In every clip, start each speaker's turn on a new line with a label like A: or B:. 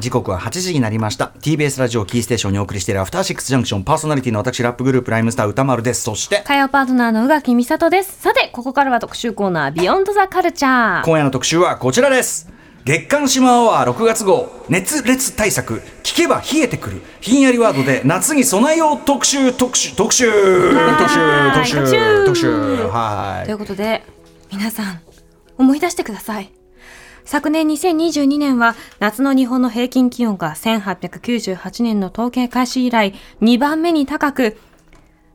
A: 時刻は8時になりました TBS ラジオキーステーションにお送りしているアフターシックスジャンクションパーソナリティの私ラップグループライムスター歌丸ですそして
B: 火曜パートナーの宇垣美里ですさてここからは特集コーナービヨンドザカルチャー
A: 今夜の特集はこちらです月刊シマアワー6月号熱烈対策聞けば冷えてくるひんやりワードで夏に備えよう特集特集特集特集特集特集特集は
B: とい
A: いう
B: ことで皆さん思い出してください昨年2022年は夏の日本の平均気温が1898年の統計開始以来2番目に高く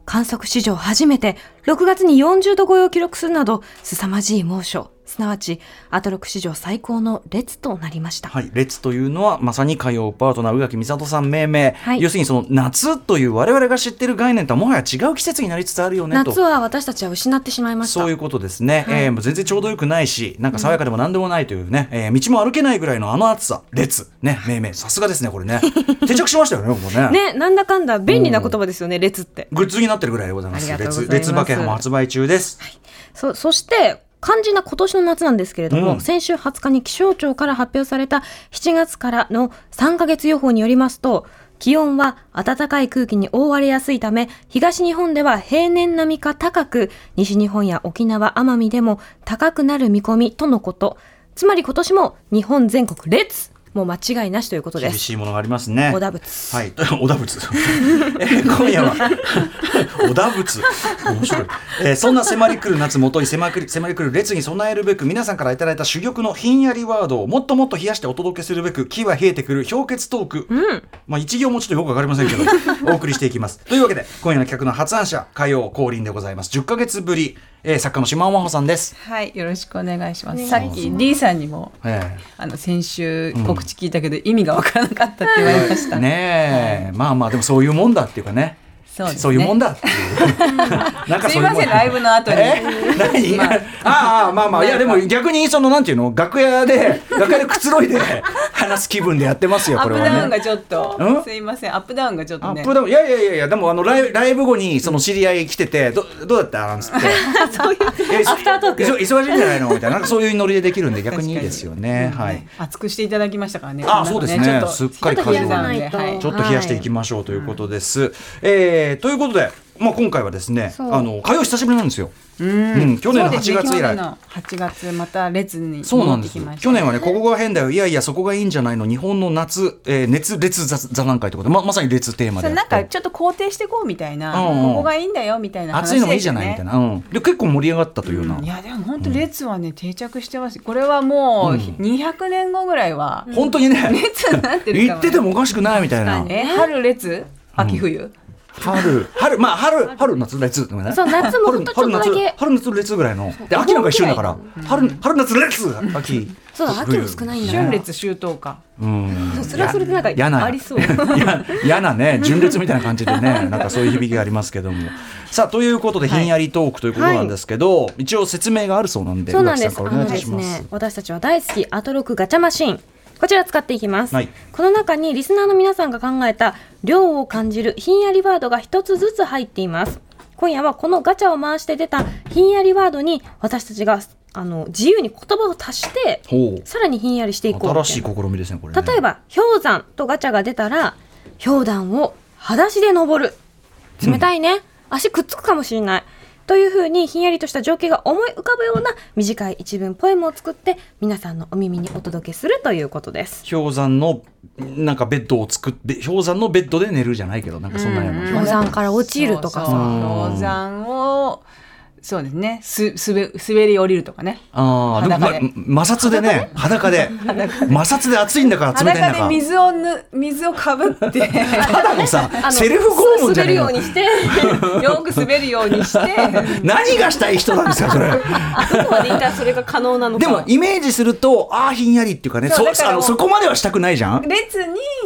B: 観測史上初めて6月に40度超えを記録するなど凄まじい猛暑すなわちアトロク史上最高の列となりました、
A: はい、列というのはまさに火曜パートナー宇垣美里さん命名、
B: はい
A: 要するにその夏という我々が知ってる概念とはもはや違う季節になりつつあるよねと
B: 夏は私たちは失ってしまいました
A: そういうことですね、えーもう全然ちょうどよくないしなんか爽やかでもなんでもないというね、えー道も歩けないぐらいのあの暑さ列ね命名さすがですねこ れね定着しましたよねここね
B: ね、なんだかんだ便利な言葉ですよね、列って。
A: グッズになってるぐらいでございます
B: ありがとうござい
A: 列
B: ま
A: 列
B: す
A: 馬券も発売中です、
B: そ、そして、肝心な今年の夏なんですけれど
A: う
B: も、
A: ん
B: 先週20日に気象庁から発表された7月からの3ヶ月予報によりますと、気温は暖かい空気に覆われやすいため、東日本では平年並みか高く、西日本や沖縄、奄美でも高くなる見込みとのこと。つまり今年も日本全国列もう間違いなしということで
A: 厳
B: す。
A: しいものがありますね
B: 小田仏
A: はい小田仏えー今夜は 小田仏面白い、えーそんな迫り来る夏もとい迫り迫り来る列に備えるべく皆さんからいただいた珠玉のひんやりワードをもっともっと冷やしてお届けするべく気は冷えてくる氷結トーク、まあ一行もちょっとよくわかりませんけどお送りしていきますというわけで今夜の企画の発案者火曜降臨でございます10ヶ月ぶり、えー作家の島尾真帆さんです、
C: はい、よろしくお願いします。
B: お
C: さ
B: 願いし
C: っ
B: ます
C: き D さんにも
A: えー
C: あの先週告知聞いたけど、意味がわからなかったって言われました。
A: ねえ、まあまあでもそういうもんだっていうかね。
C: そうですね
A: いうもんだっていう。 なん
C: すいませんライブの後に
A: え何？
C: まあ
A: ああまあまあいやでも逆にそのなんていうの楽屋で楽屋でくつろいで話す気分でやってますよ
C: ア
A: こ
C: ッ
A: れ
C: プダウ
A: は
C: ンが
A: ね。
C: ちょっと
A: うん、
C: すいません、アップダウンがちょっ
A: ア
C: とね
A: ッ。プダウンいやいやいやいやでもあのライブライブ後にその知り合い来ててどどうだったなん つってそういうアフタートーク忙しいんじゃないのみたいななんかそういうノリでできるんで逆にいいですよね
C: うん
A: はい。
C: 熱くしていただきましたからね。
A: あそうですね
C: ちょと
A: すっかり
C: ちょと
A: 火曜
C: なんで
B: ちょっと冷やさないと
A: ちょっと冷やしていきましょうということです。えーということで、まあ、今回はですね
B: そう
A: あの火曜久しぶりなんですよ。
C: うん
A: うん去年の8月以来
C: 8月また列に
A: そうな
C: 戻
A: ん
C: っ
A: です
C: てきました。
A: 去年はね、ここが変だよ、いやいや、そこがいいんじゃないの、日本の夏、えー熱烈座座談会ってことで、ままさに列テーマであ
C: そう
A: って。
C: なんかちょっと肯定していこうみたいな、
A: うんうん
C: ここがいいんだよみたいな話
A: 暑いのもいいじゃないみたい
C: な。
A: な、うん、で結構盛り上がったというような、
C: いやでも本当列はね、定着してますこれはもう
A: うん
C: 200年後ぐらいは
A: 本当にね、
C: 列になってる
A: 行
C: か
A: っ
C: も
A: ててもおかしくないみたいな、
C: え春列秋冬、
A: 春、春、まあ、春、春、夏、列とかね、
B: そう夏もほんとちょっとだけ
A: 春、夏、春、夏、列ぐらいの、で、秋なんか一瞬だから、春、春、夏、列、秋、
B: そうだ秋も少ないんだ
A: 冬
C: 春列秋冬か
A: うん、
B: それはそれでなんか
A: や嫌な
B: あり そう
A: や嫌なね純烈みたいな感じでねなんかそういう響きがありますけどもさあということでひんやりトークということなんですけど、一応説明があるそうなんで
B: そうなんで
A: 宇
B: す。
A: 垣
B: あ
A: さんからお
B: の
A: 願
B: で
A: いし
B: す
A: ます
B: ね、私たちは大好きアトロクガチャマシン。こちら使っていきます。
A: はい
B: この中にリスナーの皆さんが考えた量を感じるひんやりワードが一つずつ入っています。今夜はこのガチャを回して出たひんやりワードに私たちがあの自由に言葉を足して
A: ほう
B: さらにひんやりしていこうみたいな
A: 新しい試みですねこれね
B: 例えば氷山とガチャが出たら氷山を裸足で登る冷たいね、足くっつくかもしれないというふうにひんやりとした情景が思い浮かぶような短い一文ポエムを作って皆さんのお耳にお届けするということです。
A: 氷山のなんかベッドを作って氷山のベッドで寝るじゃないけどなんかそんなような、
B: 氷山から落ちるとかさ
C: そうそう
A: うん
C: 氷山をそうですねすすべ滑り降りるとかね
A: ああでも
C: 裸で
A: ま摩擦でね裸で摩擦で暑いんだから冷たいんだ
C: 裸
A: か
C: で
A: ら
C: 水をぬ水をかぶって
A: ただのさ
B: あの
A: セルフ拷問じゃね
B: 滑る
A: え
B: よ
A: の
B: うに して
C: よく滑るようにして
A: 何がしたい人なんですかそれ
B: どこまでいたらそれが可能なのか
A: でもイメージするとああひんやりっていうかね
C: そう
A: そ
C: だから
A: あの
C: もう
A: そこまではしたくないじゃん。
C: 列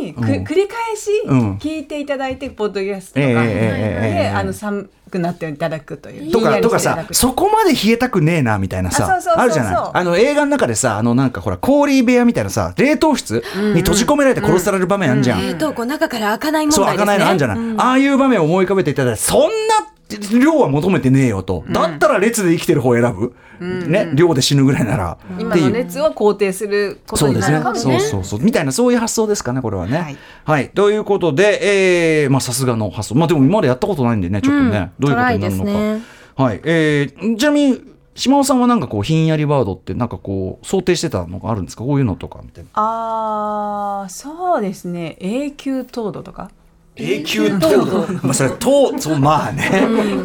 C: に
A: う
C: く、
A: ん
C: 繰り返し
A: うん
C: 聞いていただいて、ポッドキャスト
A: え
C: と
A: え
C: か、
A: ええええええ
C: であの寒くなっていただくという
A: と
C: ひんや
A: か
C: り
A: とか
C: していただ
A: さ
C: く
A: そこまで冷えたくねえなみたいなさ
C: あそうそうそうそう
A: あるじゃないあの映画の中でさあのなんかほら氷部屋みたいなさ冷凍室に閉じ込められて殺される場面あるじゃん。
B: 冷凍庫中から開かない問
A: そう
B: 題
A: 開
B: で
A: かない
B: すね
A: のあるじゃない、ああいう場面を思い浮かべていただいてそんな量は求めてねえよと、だったら列で生きてる方を選ぶ、ね、量で死ぬぐらいなら、っ
C: 今
A: てい
C: の
A: う
C: 列を肯定するこ
A: そ
C: と
A: うで
C: にな
A: すね
C: るかもね。
A: そうそうそうみたいなそういう発想ですかねこれはね。は
C: はいい、
A: ということで、えーまあさすがの発想まあでも今までやったことないんでねちょっとね、
B: う
A: ど
B: ん
A: ういうことになるのか。
B: トライですね
A: はいえー、ちなみに島尾さんはなんかこうひんやりワードってなんかこう想定してたのがあるんですかこういうのとかみたいな。
C: ああ、そうですね。永久凍土とか。
A: 永久凍土まあそれ凍そうまあね、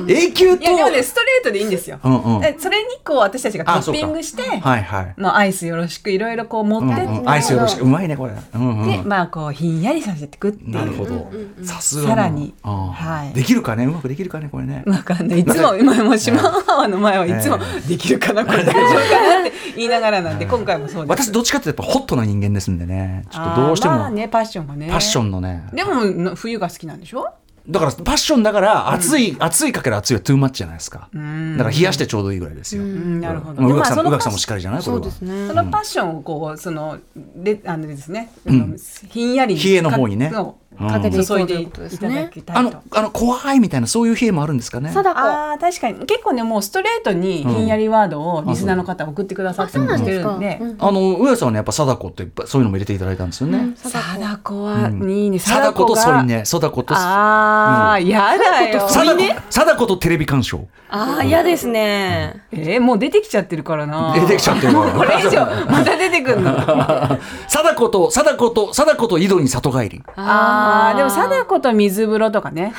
A: 永久
C: い
A: 凍
C: やでもね
A: 土
C: ストレートでいいんですよ。
A: うんうん
C: えそれにこう私たちがト
A: あそ
C: ッ
A: うか
C: ピングして、
A: はいはい。
C: のアイスよろしくいろいろこう持
A: うん
C: ってって、
A: うん、アイスよろしくうまいねこれ。うんうん、
C: でまあこうひんやりさせてくっていう。
A: なるほど。さすがの
C: さらに
A: あー
C: はい
A: できるかねうまくできるかねこれね。
C: わかんない。いつも、今も島川の前はいつも
A: え、
C: できるかな、これ大丈夫かなって言いながらなんで、今回もそうです。
A: 私どっちかっていうとやっぱホットな人間ですんでねちょっとどうして
C: あー
A: も
C: まあね、パッションがね。
A: パッションのね
C: でも、の冬が好きなんでしょ
A: だからパッションだから暑い、暑いかける暑いはトゥーマッチじゃないですかだ
C: ん
A: から冷やしてちょうどいいぐらいですよ、
C: うん、なるほど。
A: まあ宇
C: でも
A: 垣さん
C: その
A: 宇
C: パ
A: 垣さんもしっかりじゃないこれ
B: そ
A: は
B: うですね
C: そのパッションをこう、その、で、あのですね、
A: ん
C: ひんやり。
A: 冷えの方にね
C: そう
A: うん
B: かけていこ
C: 注いう
B: と
C: で
B: いう
C: い
B: こ
C: た
B: と
C: だ
B: で
C: き
B: すね。
C: たいと。
A: あのあの怖いみたいなそういう冷えもあるんですかね
B: 貞子。
C: あー確かに結構ねもうストレートにひんやりワードをリスナーの方送ってくださって
B: そうなん
C: し
B: で
C: て
B: す
C: る
B: か。
C: んで
B: うん
A: あの上さんはねやっぱ貞子ってそういうのも入れていただいたんですよね、
B: 貞
C: 貞子はいいね
A: 貞子と
C: が
A: ソリね貞子と
C: ああ、やだよ。
A: 貞子貞子とテレビ鑑賞
B: 子。ああ、嫌ですね。
C: えー、もう出てきちゃってるからな。
A: 出てきちゃってる
C: もう これ 以上、また出てくるの。あ
A: 貞子と貞子と貞子と井戸に里帰り
C: あー、でも、貞子と水風呂とかね。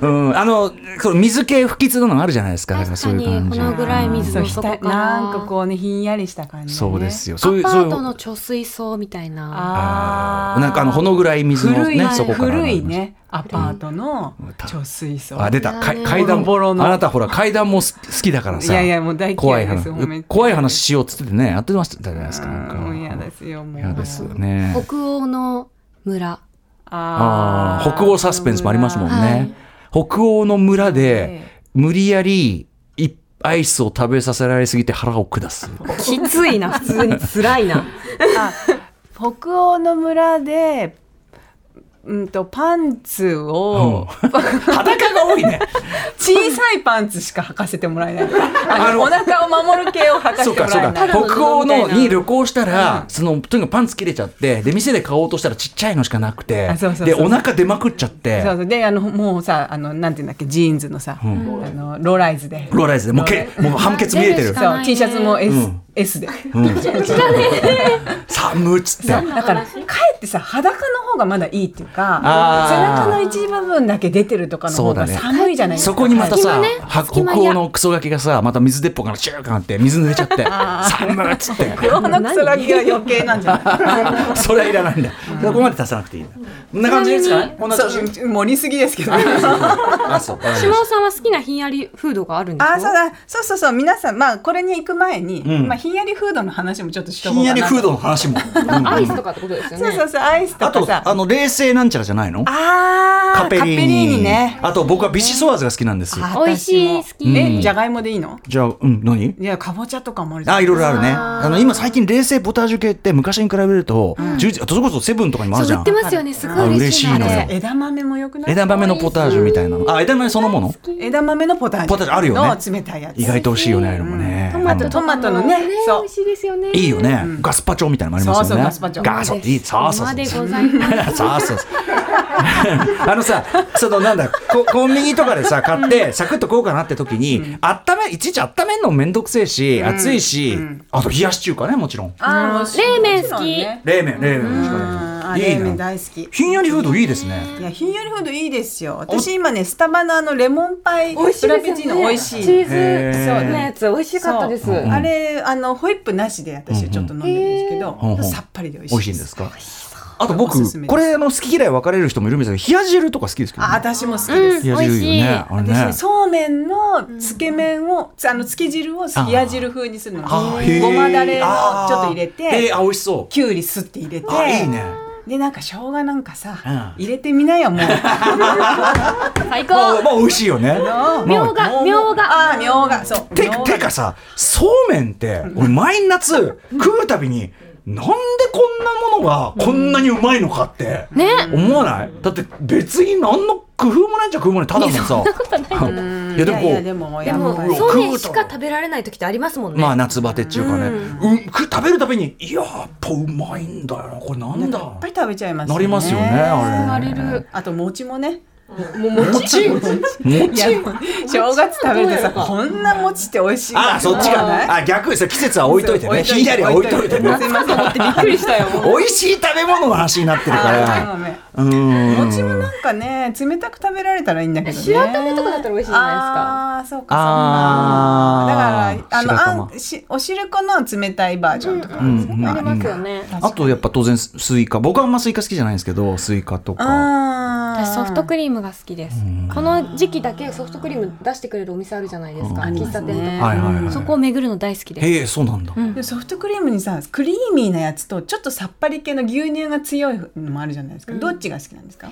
A: うんあのその水系不吉なのあるじゃないですかなんかそういう感じ
B: 確かにこのぐらい水
C: そう、
B: の
C: ひ
B: 底
C: た、
B: から
C: なんかこうね、ひんやりした感じ、ね。
A: そうです
C: よ。
A: よ。
B: アパ
A: そういう、そうい
B: ー
A: う。
B: トの貯水槽みたいな。
C: ああ。
A: なんかあの、ほのぐらい水の
C: 古い、
A: ね、そこから。
C: 古い。ね、アパートの貯水槽。
A: あ、出た。かい階段。
C: ボロボロの
A: あなたほら、階段もす好きだから
C: い
A: さ。
C: やいや、もう大
A: 怖
C: 嫌
A: い
C: いです。
A: 話
C: もうめっち。ゃ
A: 怖い話。しようっつってね、やってましたじゃないですか。なんか
C: もう嫌ですよ、もう。
A: 嫌ですよね。
B: 北欧の村。
A: ああ、北欧サスペンスもありますもんね。
B: はい
A: 北欧の村で、無理やり、いアイスを食べさせられすぎて腹を下す。
B: きついな、普通に辛いな。
C: あ北欧の村で、うんと、パンツを、
A: 裸が多いね。
C: 小さいパンツしか履かせてもらえない。
A: あ
C: あ
A: の
C: のお腹を守る系を履かせ
A: そう
C: て
A: か
C: も
A: そう
C: らえ
A: か
C: ない。
B: ただの布
A: 北欧
B: みたい
A: の
B: な
A: に旅行したら、そのとにかくパンツ切れちゃってで店で買おうとしたらちっちゃいのしかなくて
C: あそうそうそう
A: でお腹出まくっちゃって
C: そうそうであのもうさあのなんていうんだっけジーンズのさ、あのローライズで
A: ローライズでもうけもう判決見えてる
B: 出るしか
C: そ
B: な
C: う
B: い
C: T シャツも S,、
A: うん
C: S で
A: 寒っつって
C: そうだからかえってさ裸の方がまだいいっていうか
A: あー
C: 背中の一部分だけ出てるとかの方
A: そうだ
C: が
A: ね
C: 寒いじゃないですか、
A: そこにまたさ、
B: 隙間ね
A: は
B: 隙間
A: 北
B: や
A: 欧のクソガキがさまた水鉄砲からシューかなって水濡れちゃって寒っつって
C: 黒のクソラギは余計なんじゃ ない
A: それはいらないんだそこまで足さなくていいんだこんな感じですかねこんな調子
C: そう盛りすぎ ですけど
A: あそうわかりました
B: 島尾さんは好きなひんやりフードがあるんですか
C: あーそうだそうそうそう皆さんまあこれに行く前に、
A: うん
C: まあひんやりフードの話もちょっとしと
A: ひ
C: こ
A: ん
C: うか
A: や
C: な
A: り
C: と
A: フードの話も うん
B: アイスとかってことですよ
C: そう
B: ね。
C: そうそうアイス
A: あ
C: とかさ
A: とあの冷静なんちゃらじゃないの
C: あー
A: カペリーニ
C: ね
A: あと僕はビシソワーズが好きなんです
C: あ
B: 美味しい
C: 私も
B: 好き
C: えじゃがいもでいいの
A: じゃあうん何
C: いやかぼちゃとかもあるじゃん
A: あいろいろあるね
B: あー
A: あの今最近冷製ポタージュ系って昔に比べると、充実あとそれこそセブンとかにもあるじ
B: そう
A: ゃ
B: 売
A: ん
B: ってますよね。すごい嬉しい
A: あ
B: な
A: 嬉しいのよ
B: あれ
C: 枝豆もよくない
A: 枝豆のポタージュみたいなのあ枝豆そのもの
C: 枝豆のポタージュ
A: ポタージュあるよね
C: の冷たいやつ
A: 意外と美味しいよねあれもね、
B: トマト
C: トマトの
B: ね
C: ねそう
B: 美味しいですよね。
A: いいよね、ガスパチョみたいなのもありますよね
C: そうそうガスパチョ
A: ガソいいそうそう
B: ま
A: そう
B: で
A: そ
B: ご
A: う
B: ざいま す。
A: そうそうそうあのさそのなんだココンビニとかでさ買ってサクッとこうかなって時に、温めいちいち温めんのめんどくせえし、暑いし、あと冷やし中華ねもちろん
C: あー
B: 冷麺好き
C: もちろんね
A: 冷麺冷麺もし
C: う
A: か
C: んあ
A: り
C: 冷
A: いい
C: 麺
A: な
C: 大好き
A: ひんやりフードいいですね
C: いやひんやりフードいいですよ私今ねスタバのあのレモンパイ
B: 美味しい
C: フラ
B: ですよ
C: ペチ
B: ね。
C: ーノ美味しい
B: チーズ
A: へー
B: そうのやつ美味しかったです。
C: そう
B: あ
C: あれあのホイップなしで私はちょっと飲んでるんですけど、
A: うんうんへー
C: さっぱりで美味しい
A: 美味しいんですかあと
C: お
A: 僕
C: すすめです
A: これあの好き嫌い分かれる人もいるみたいですけど冷や汁とか好きですけど
C: あ
A: ね
C: 私も好きです、
A: 冷や汁いいよねあれね
C: 私ねそうめんのつけ麺を、つあのつけ汁をす冷や汁風にするの
A: あーへー
C: ごまだれをちょっと入れ
A: へ
C: て
A: ーあ美味しそう
C: きゅうりすって入れて
A: あいいね
C: でなんか生姜なんかさ、
A: うん
C: 入れてみなよもう
B: 最
A: まあ
B: 高。
A: まあ美味しいよね
C: の
A: まあ
B: みょうがみょうが。
C: ああみょうがそう
A: て
C: みょうが
A: てかさそうめんって俺毎夏食うたびになんでこんなものがこんなにうまいのかって
B: ね
A: 思わない、だって別に何の工夫もないじゃん工夫もないただのさいやでもこう
C: も
B: で
C: や
A: う
C: っぱり
B: も
A: わ
B: そうめんし
A: 食う
B: か
A: と
B: 食べられない時ってありますもんね、
A: まあ夏バテっていうかね、
B: う
A: うんく食べるたびにいややっぱうまいんだよなこれなんだ
C: やっぱり食べちゃいます
A: なりますよねあれ
C: なるあと餅もね
B: もうもち
A: 餅
C: いやもう正月食べるとさこんな餅って美味しいな
A: ああそっち
C: 思わない
A: かあ逆にさ季節は置いといてねひんやりは置いといて ね
C: すいません
B: びっくりしたよ
A: 美味しい食べ物の話になってるか
C: あー
A: ら
C: ごめん
A: うん
C: 餅もなんかね冷たく食べられたらいいんだけどね
B: 白玉とかだったら美味しいじゃな
C: ああーそうか
A: あー
C: そうかだからあ
A: 白玉
C: のあんしお汁粉の冷たいバージョンとか、
A: うん
B: いですか、ありますよね、
A: あとやっぱ当然スイカ僕はあんまスイカ好きじゃないんですけどスイカとか
C: あ
B: 私ソフト
C: リ
B: クリームが好きです、この時期だけソフトクリーム出してくれるお店あるじゃないですか、
A: うん
B: 喫茶店とか、
C: ね
A: はいはいはい
B: そこを巡るの大好きです
A: へえそうなんだ、
B: うん
C: ソフトクリームにさクリーミーなやつとちょっとさっぱり系の牛乳が強いのもあるじゃないですか、どっちが好きなんですか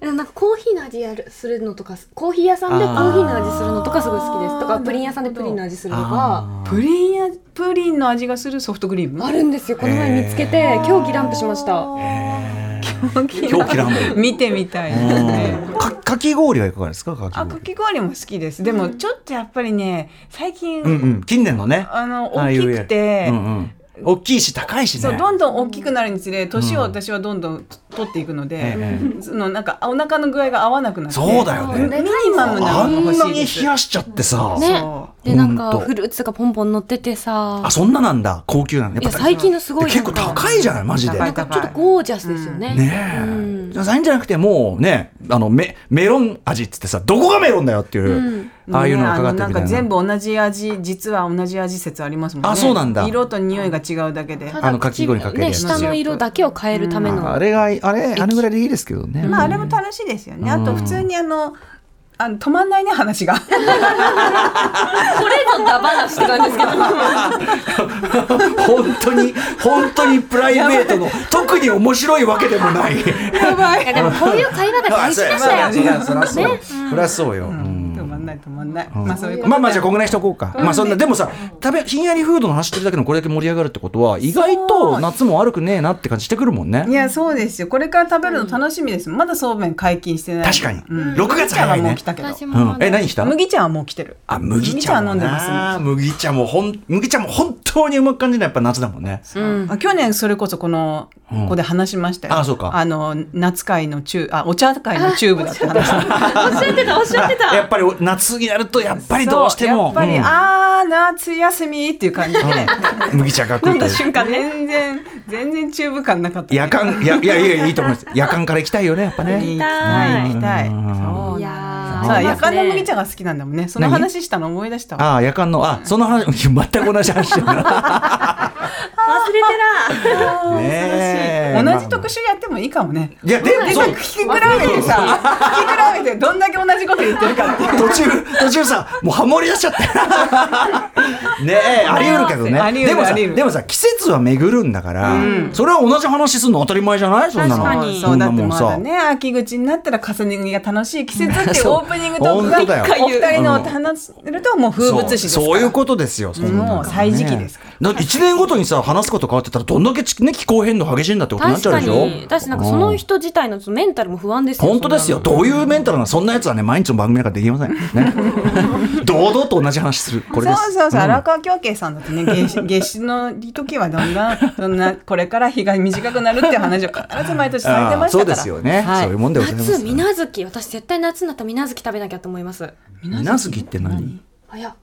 B: でもなんかコーヒーの味やるするのとかコーヒー屋さんでコーヒーの味するのとかすごい好きですと
C: あ
B: か
C: ー
B: プリン屋さんでプリンの味するとか
A: あー
C: プリンやプリンの味がするソフトクリーム
B: あるんですよこの前見つけ
A: へ
B: て今日ギランプしました
A: へー
C: 狂
A: 狂気乱舞
C: 見てみたいですね
A: うんかかき氷はいかがですかかき
C: あ
A: 氷
C: かき氷も好きですでもちょっとやっぱりね最近、
A: うんうん近年のね
C: あの
A: ああ
C: 大
A: いう
C: きくて、
A: うんうん、大きいし高いしね
C: そうどんどん大きくなるにつれ年を
A: うん
C: 私はどんどんと取っていくので、
A: え
C: そのなんかお腹の具合が合わなくなって
A: そうだよね
C: ミニマム
A: え
C: な
A: あ
C: のが
A: んな
C: 欲し
A: に
C: いで
A: 冷
C: す
A: やしちゃってさ、
B: ね
C: そ
B: でなんか
A: ほんと
B: フルーツがポンポン乗っててさ
A: あそんななんだ高級なの
B: い
A: や
B: や
A: っぱ
B: 最近のすごい
A: 結構高いじゃないマジで
C: 高
B: ないんかちょっとゴージャスですよね
A: ねえ、
B: うん
A: じゃあいいんじゃなくてもうねあのメメロン味っつってさどこがメロンだよっていう、
C: う
A: ああいうのがかかっ
C: ね
A: て
C: あ
A: るみた
C: のなん
A: い
C: か
A: な
C: 全部同じ味実は同じ味説ありますもんね
A: あそうなんだ
C: 色と匂いが違うだけで
B: た
A: あのかき氷かけるや
B: ね
A: つ
B: 下の色だけを変えるため の、
A: あれがあれあれぐらいでいいですけどね、
C: まああれも楽しいですよね、
A: うん
C: あと普通にあのあの止まんないね 話が
B: これぞダバナしてたんですけど
A: 本当に本当にプライベートの特に面白いわけでもない
C: やばい
B: でもこういう会話が大事なんだよ
A: そりゃそりゃそうよそりゃそうよ、うん
C: 止まんない止まんない、まあそういうことで
A: まあまあじゃあこんぐらいにしとこうか、まあそんなでもさ食べひんやりフードの話してるだけでもこれだけ盛り上がるってことは意外と夏も悪くねえなって感じしてくるもんね
C: いやそうですよこれから食べるの楽しみですまだそうめん解禁してない
A: 確かに、
C: うん
A: 6月早い
C: 麦茶はもう
A: ね
C: 来、たけど
B: 私
A: う
B: も
A: ん、え何した
C: 麦茶はもう来てる
A: あ麦茶も
C: 麦茶飲んでます
A: な麦茶もほん麦茶も本当にうまく感じるのはやっぱ夏だもんね
B: うん
C: あ去年それこそこの、
A: うん
C: ここで話しましたよ。
A: あそうか
C: あの夏会の中あお茶会のチューブだって 話し
B: お
C: た。
B: っしゃってたおっしゃってた
A: やっぱり夏になるとやっぱりどうして
C: そ
A: も
C: やっぱり、
A: うん
C: あー夏休みっていう感じで、
A: うん麦茶が来
C: 飲
A: る
C: ん
A: と
C: だ瞬間全然全然チューブ感なかった。
A: 夜間いやいやいやいいと思います夜間から行きたいよねやっぱ
C: 行
A: ね
C: きたい行きたい。
A: う
C: そうんなんだ
B: いやー
C: そう
B: ありま
C: 夜
B: すね
C: 間の麦茶が好きなんだもんね。その
A: 何
C: 話したの思い出したわ。
A: ああ夜間のあその話全く同じ話だな
B: 忘れてら
A: ねえ
C: 同じ特集やってもいいかもね。
A: いやでもそう
C: 聞き比べてさ、聞き比べてどんだけ同じこと言ってるかって。
A: 途中途中さもうハモり出しちゃって ねえあり得るけど
C: あ
A: ね
C: り得
A: で
C: る
A: も
C: あ
A: さ
C: り得る
A: でもさ季節は巡るんだから、
C: うん
A: それは同じ話するの当たり前じゃないそんなの
B: 確かに
C: そ
A: そ
C: うんだ
A: な
C: って
A: もん
C: ま
A: さ
C: だね秋口になったら重ね着が楽しい季節っていう
A: そう
C: オープニングトークが
A: 本当だよ
C: お二人の話するともう風物詩です
A: そ
C: か
A: う
C: ら
A: そういうことですよそんなの
C: もう歳時期ですから
A: ねだ1年ごとにさ話すこと変わってたらどんだけち、ね、気候変動激しいんだってことになっ
B: 確
A: ちゃう
B: か
A: でしょ
B: に私なんかその人自体のメンタルも不安ですよ
A: 本当ですよ。どういうメンタルなのそんなやつはね、毎日の番組なんかでき ません。ね。 堂々と同じ話する。これです。
C: そうそうそう、
A: ん
C: 荒川京慶さんだってね夏至夏至の時はどんなどんなこれから日が短くなるっていう話を必ず毎年されて
A: ああ
C: まし
A: そう
C: たか
A: で
C: ら
A: すよね。
C: はい
A: そういうもんでございます。
B: 夏水無月私絶対夏になったら水無月食べなきゃと思います
A: 水月って何
B: あいや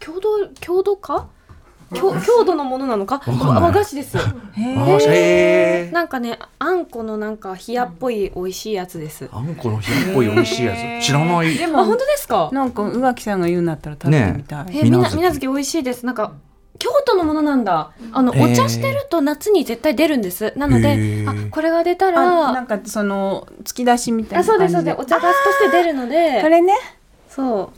B: 郷土郷土か郷郷土のものなのか
A: んない
B: 和菓子です
A: あーへー
B: なんかねあんこのなんか冷やっぽい美味しいやつですあ
A: あんこの日っぽい美味しいやつ。知らない。
C: でも
B: 本当ですか
C: なんか宇垣さんが言うんだったら食べてみたい、
B: えー、み
A: 水
B: な
A: 無月
B: 水無月美味しいですなんか京都のものなんだあの、
A: へー
B: お茶してると夏に絶対出るんですなの
A: へ
B: で
A: ー
B: あこれが出た
C: あな
B: ら
C: んかその突き出しみたい
B: あ
C: な
B: そう
C: 感
B: で
C: じ
B: す
C: で
B: そうですお茶菓子として出るので
C: これね
B: そう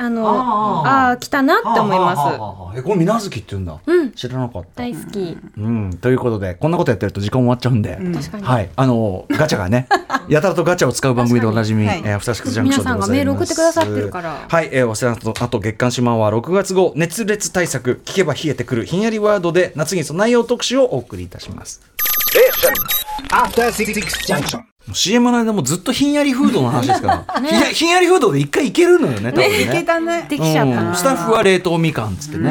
B: あの
A: あー
B: ああー来たなって思い
A: はあはあ
B: ま
A: はあはあえこれ水無月って言うんだ
B: す。うん
A: 知らなかった、
B: 大好き。
A: うん、ということでこんなことやってると時間終わっちゃうんで、
C: うん
B: 確かに。
A: はい、あのガチャが ねやたらとガチャを使う番組でおなじみ、
C: 確かに
A: えーアフターシックスジャンクシ
B: 皆
A: ョンで
B: さん
A: ご
B: が
A: ざ
B: メ
A: い
B: ール送
A: ま
B: っ
A: す
B: てくださってるから。
A: はい、えー、お知らせと、あと月刊シマンは6月号、熱烈対策、聞けば冷えてくるひんやりワードで夏に備えよう特集をお送りいたします。
D: After Six Junction.
A: CM の間もずっとひんやりフードの話ですから、
B: ね
A: ひんやひんやりフードで一回いけるのよね、多分ね。
C: いけたね。
B: できちゃった
A: うん
B: な。
A: スタッフは冷凍みかんっつってね、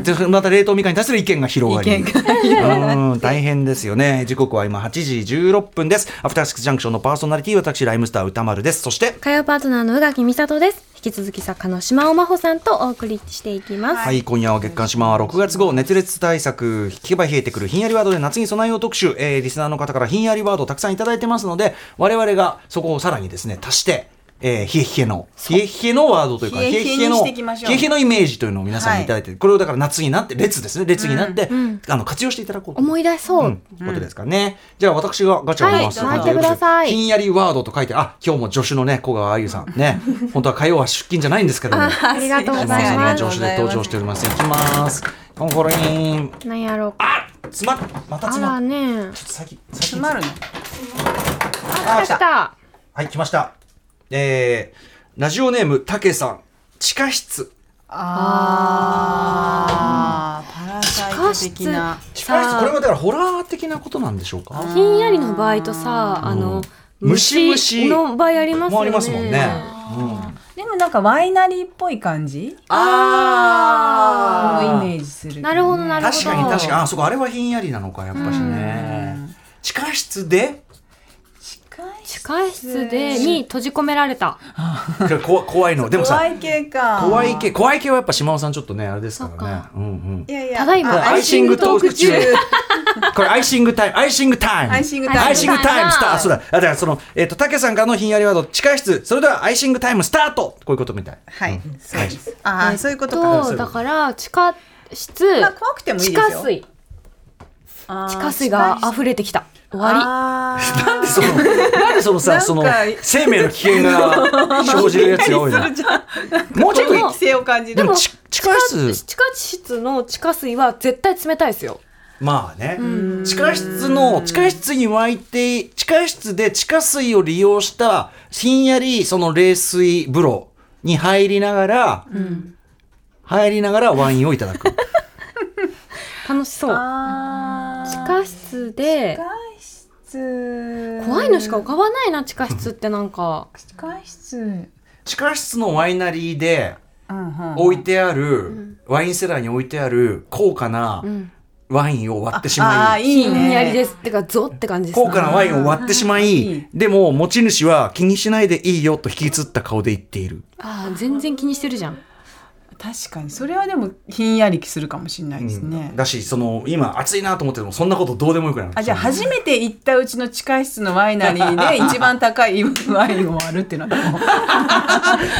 A: 来てでまた冷凍みかんに対する意見が広がり
C: 意見が
A: うん大変ですよね時刻は今8時16分ですアフターシックスジャンクションのパーソナリティ私ライムスター歌丸ですそして
B: 火曜パートナーの宇垣美里です。引き続き作家の島尾真帆さんとお送りしていきます。
A: はい、今夜は月刊島は6月号熱烈対策聞けば冷えてくるひんやりワードで夏に備えよう特集、えーリスナーの方からひんやりワードをたくさんいただいてますので我々がそこをさらにですね足して、えー、冷え冷えの冷え冷えのワードというか
C: 冷え冷えに
A: の
C: して
A: 冷
C: いきましょう
A: え冷えのイメージというのを皆さんにいただいて、これをだから夏になって列ですね列になって、
B: ん
A: あの活用していただこうと
B: 思い出そう。
A: うん、ことですからね。じゃあ私がガチャを回す。
B: はい回ってください
A: ひんやりワードと書いて、あ、今日も助手のね、小川あゆさんね、本当は火曜は出勤じゃないんですけども、
B: ありがとうござい
A: 島尾さん
B: ま
A: が
B: す。
A: 助手で登場しております。いきます。コンコリン。
B: なんやろう。
A: あ、詰まっ、また
B: あ
A: 詰ま
B: ら
A: っ。
B: ね。
A: 先、先
C: 詰まるの。
A: あ、
B: 来
A: 来た。
B: た。
A: はい、来ました。えー、ラジオネームたけさん、地下室。
C: ああ、パラサイト的な。
A: 地下室、
B: さあ
A: これはだからホラー的なことなんでしょうか。
B: ひんやりの場合とさ、あの、
A: 虫虫
B: の場合ありますよね。
A: もありますもんね。うん。
C: でもなんかワイナリーっぽい感じ
A: あ
C: をイメージする。
B: なるほどなるほど。
A: 確かに確かにあそこあれはひんやりなのかやっぱしね地下室で
C: 近い
B: 地下室でに閉じ込められた。
A: こ怖いのでもさ
C: 怖い系か。
A: 怖い系怖い系はやっぱ島尾さんちょっとねあれですか
B: そっ
A: らね
B: か
A: うんうん
C: いやいや。
B: ただいま
C: あ
A: アイシングトーク中
C: アイシングトーク
A: これアイシングタイムアイシングタイム
C: アイシングタイム
A: アイシングタイムスタート
B: アイ
A: あ
B: シ
A: そうだあだからそのえっとたけさんからのひんやりワード地下室それではアイシングタイムスタートこういうことみたい
C: はい。そう
A: はい
C: です。ああ、そういうこと
A: えっ
C: か。
A: そういうこと
B: とだから地下室、
C: まあ怖くてもいい
B: 地
C: ですよ
B: 下。水、
C: あー
B: 地下水が溢れてきた。終わ
C: あー
A: なんでそのなんでその
C: なん
A: さ
C: か
A: その生命の危険が生じるやつが多い のもうちょっ
B: で
A: と
B: も
C: 規制を感じる。
A: でも
B: も
A: ち地下
B: り。
A: 室
B: 地下室の地下水は絶対冷たいですよ。
A: まあね、地下室の地下室に湧いて地下室で地下水を利用したひんやりその冷水風呂に入りながら、入りながらワインをいただく
B: 楽しそう。
C: あー
B: 地下室で
C: 地下室。
B: 怖いのしか浮かばないな地下室ってなんか。
C: 地下室。うん
A: 地下室のワイナリーで
C: うん。
A: 置いてある、ワインセラーに置いてある高価な
B: うん。
A: ワインを割ってし
C: あ
A: ま
C: あ、
A: い、
C: いい
B: ひ
C: ね。
B: んやりです。ってかゾって感じですね。
A: 高価なワインを割ってしま
C: う
A: い
C: ん
A: でも持ち主は気にしないでいいよと引きつった顔で言っている、
B: ああ全然気にしてるじゃん。
C: 確かに、それはでもひんやりするかもしれないですね。
A: だしその今暑いなと思っててもそんなことどうでもよくなる
C: あじゃあ初めて行ったうちの地下室のワイナリーで一番高いワインを割るっていうのはも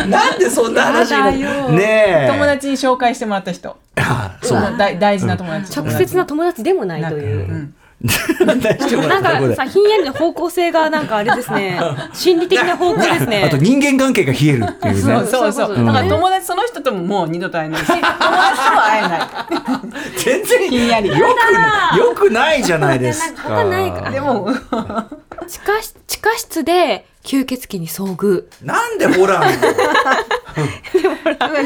C: う
A: なんでそんな話になる
B: やだよ
A: ねえ。
C: 友達に紹介してもらった人
A: あそう。
C: の大大事な友達
B: 直接な友達でもないという。
C: うん
A: 大丈夫
B: なん
A: ということ
B: か
A: で
B: さ、ひんやりの方向性がなんかあれですね、心理的な方向ですね。
A: あと人間関係が冷えるっていう
C: そう
A: ね。
C: そうそう
B: そういうこと
C: だから
A: うん
C: 友達その人とももう二度と会え ないし友達とも会えない
A: 全然
C: ひんやり
A: よくよくないじゃないですか。
B: いやなんか
C: でも
B: 地下室地下室で吸血鬼に遭遇。
A: なんでホラーなの
C: 上木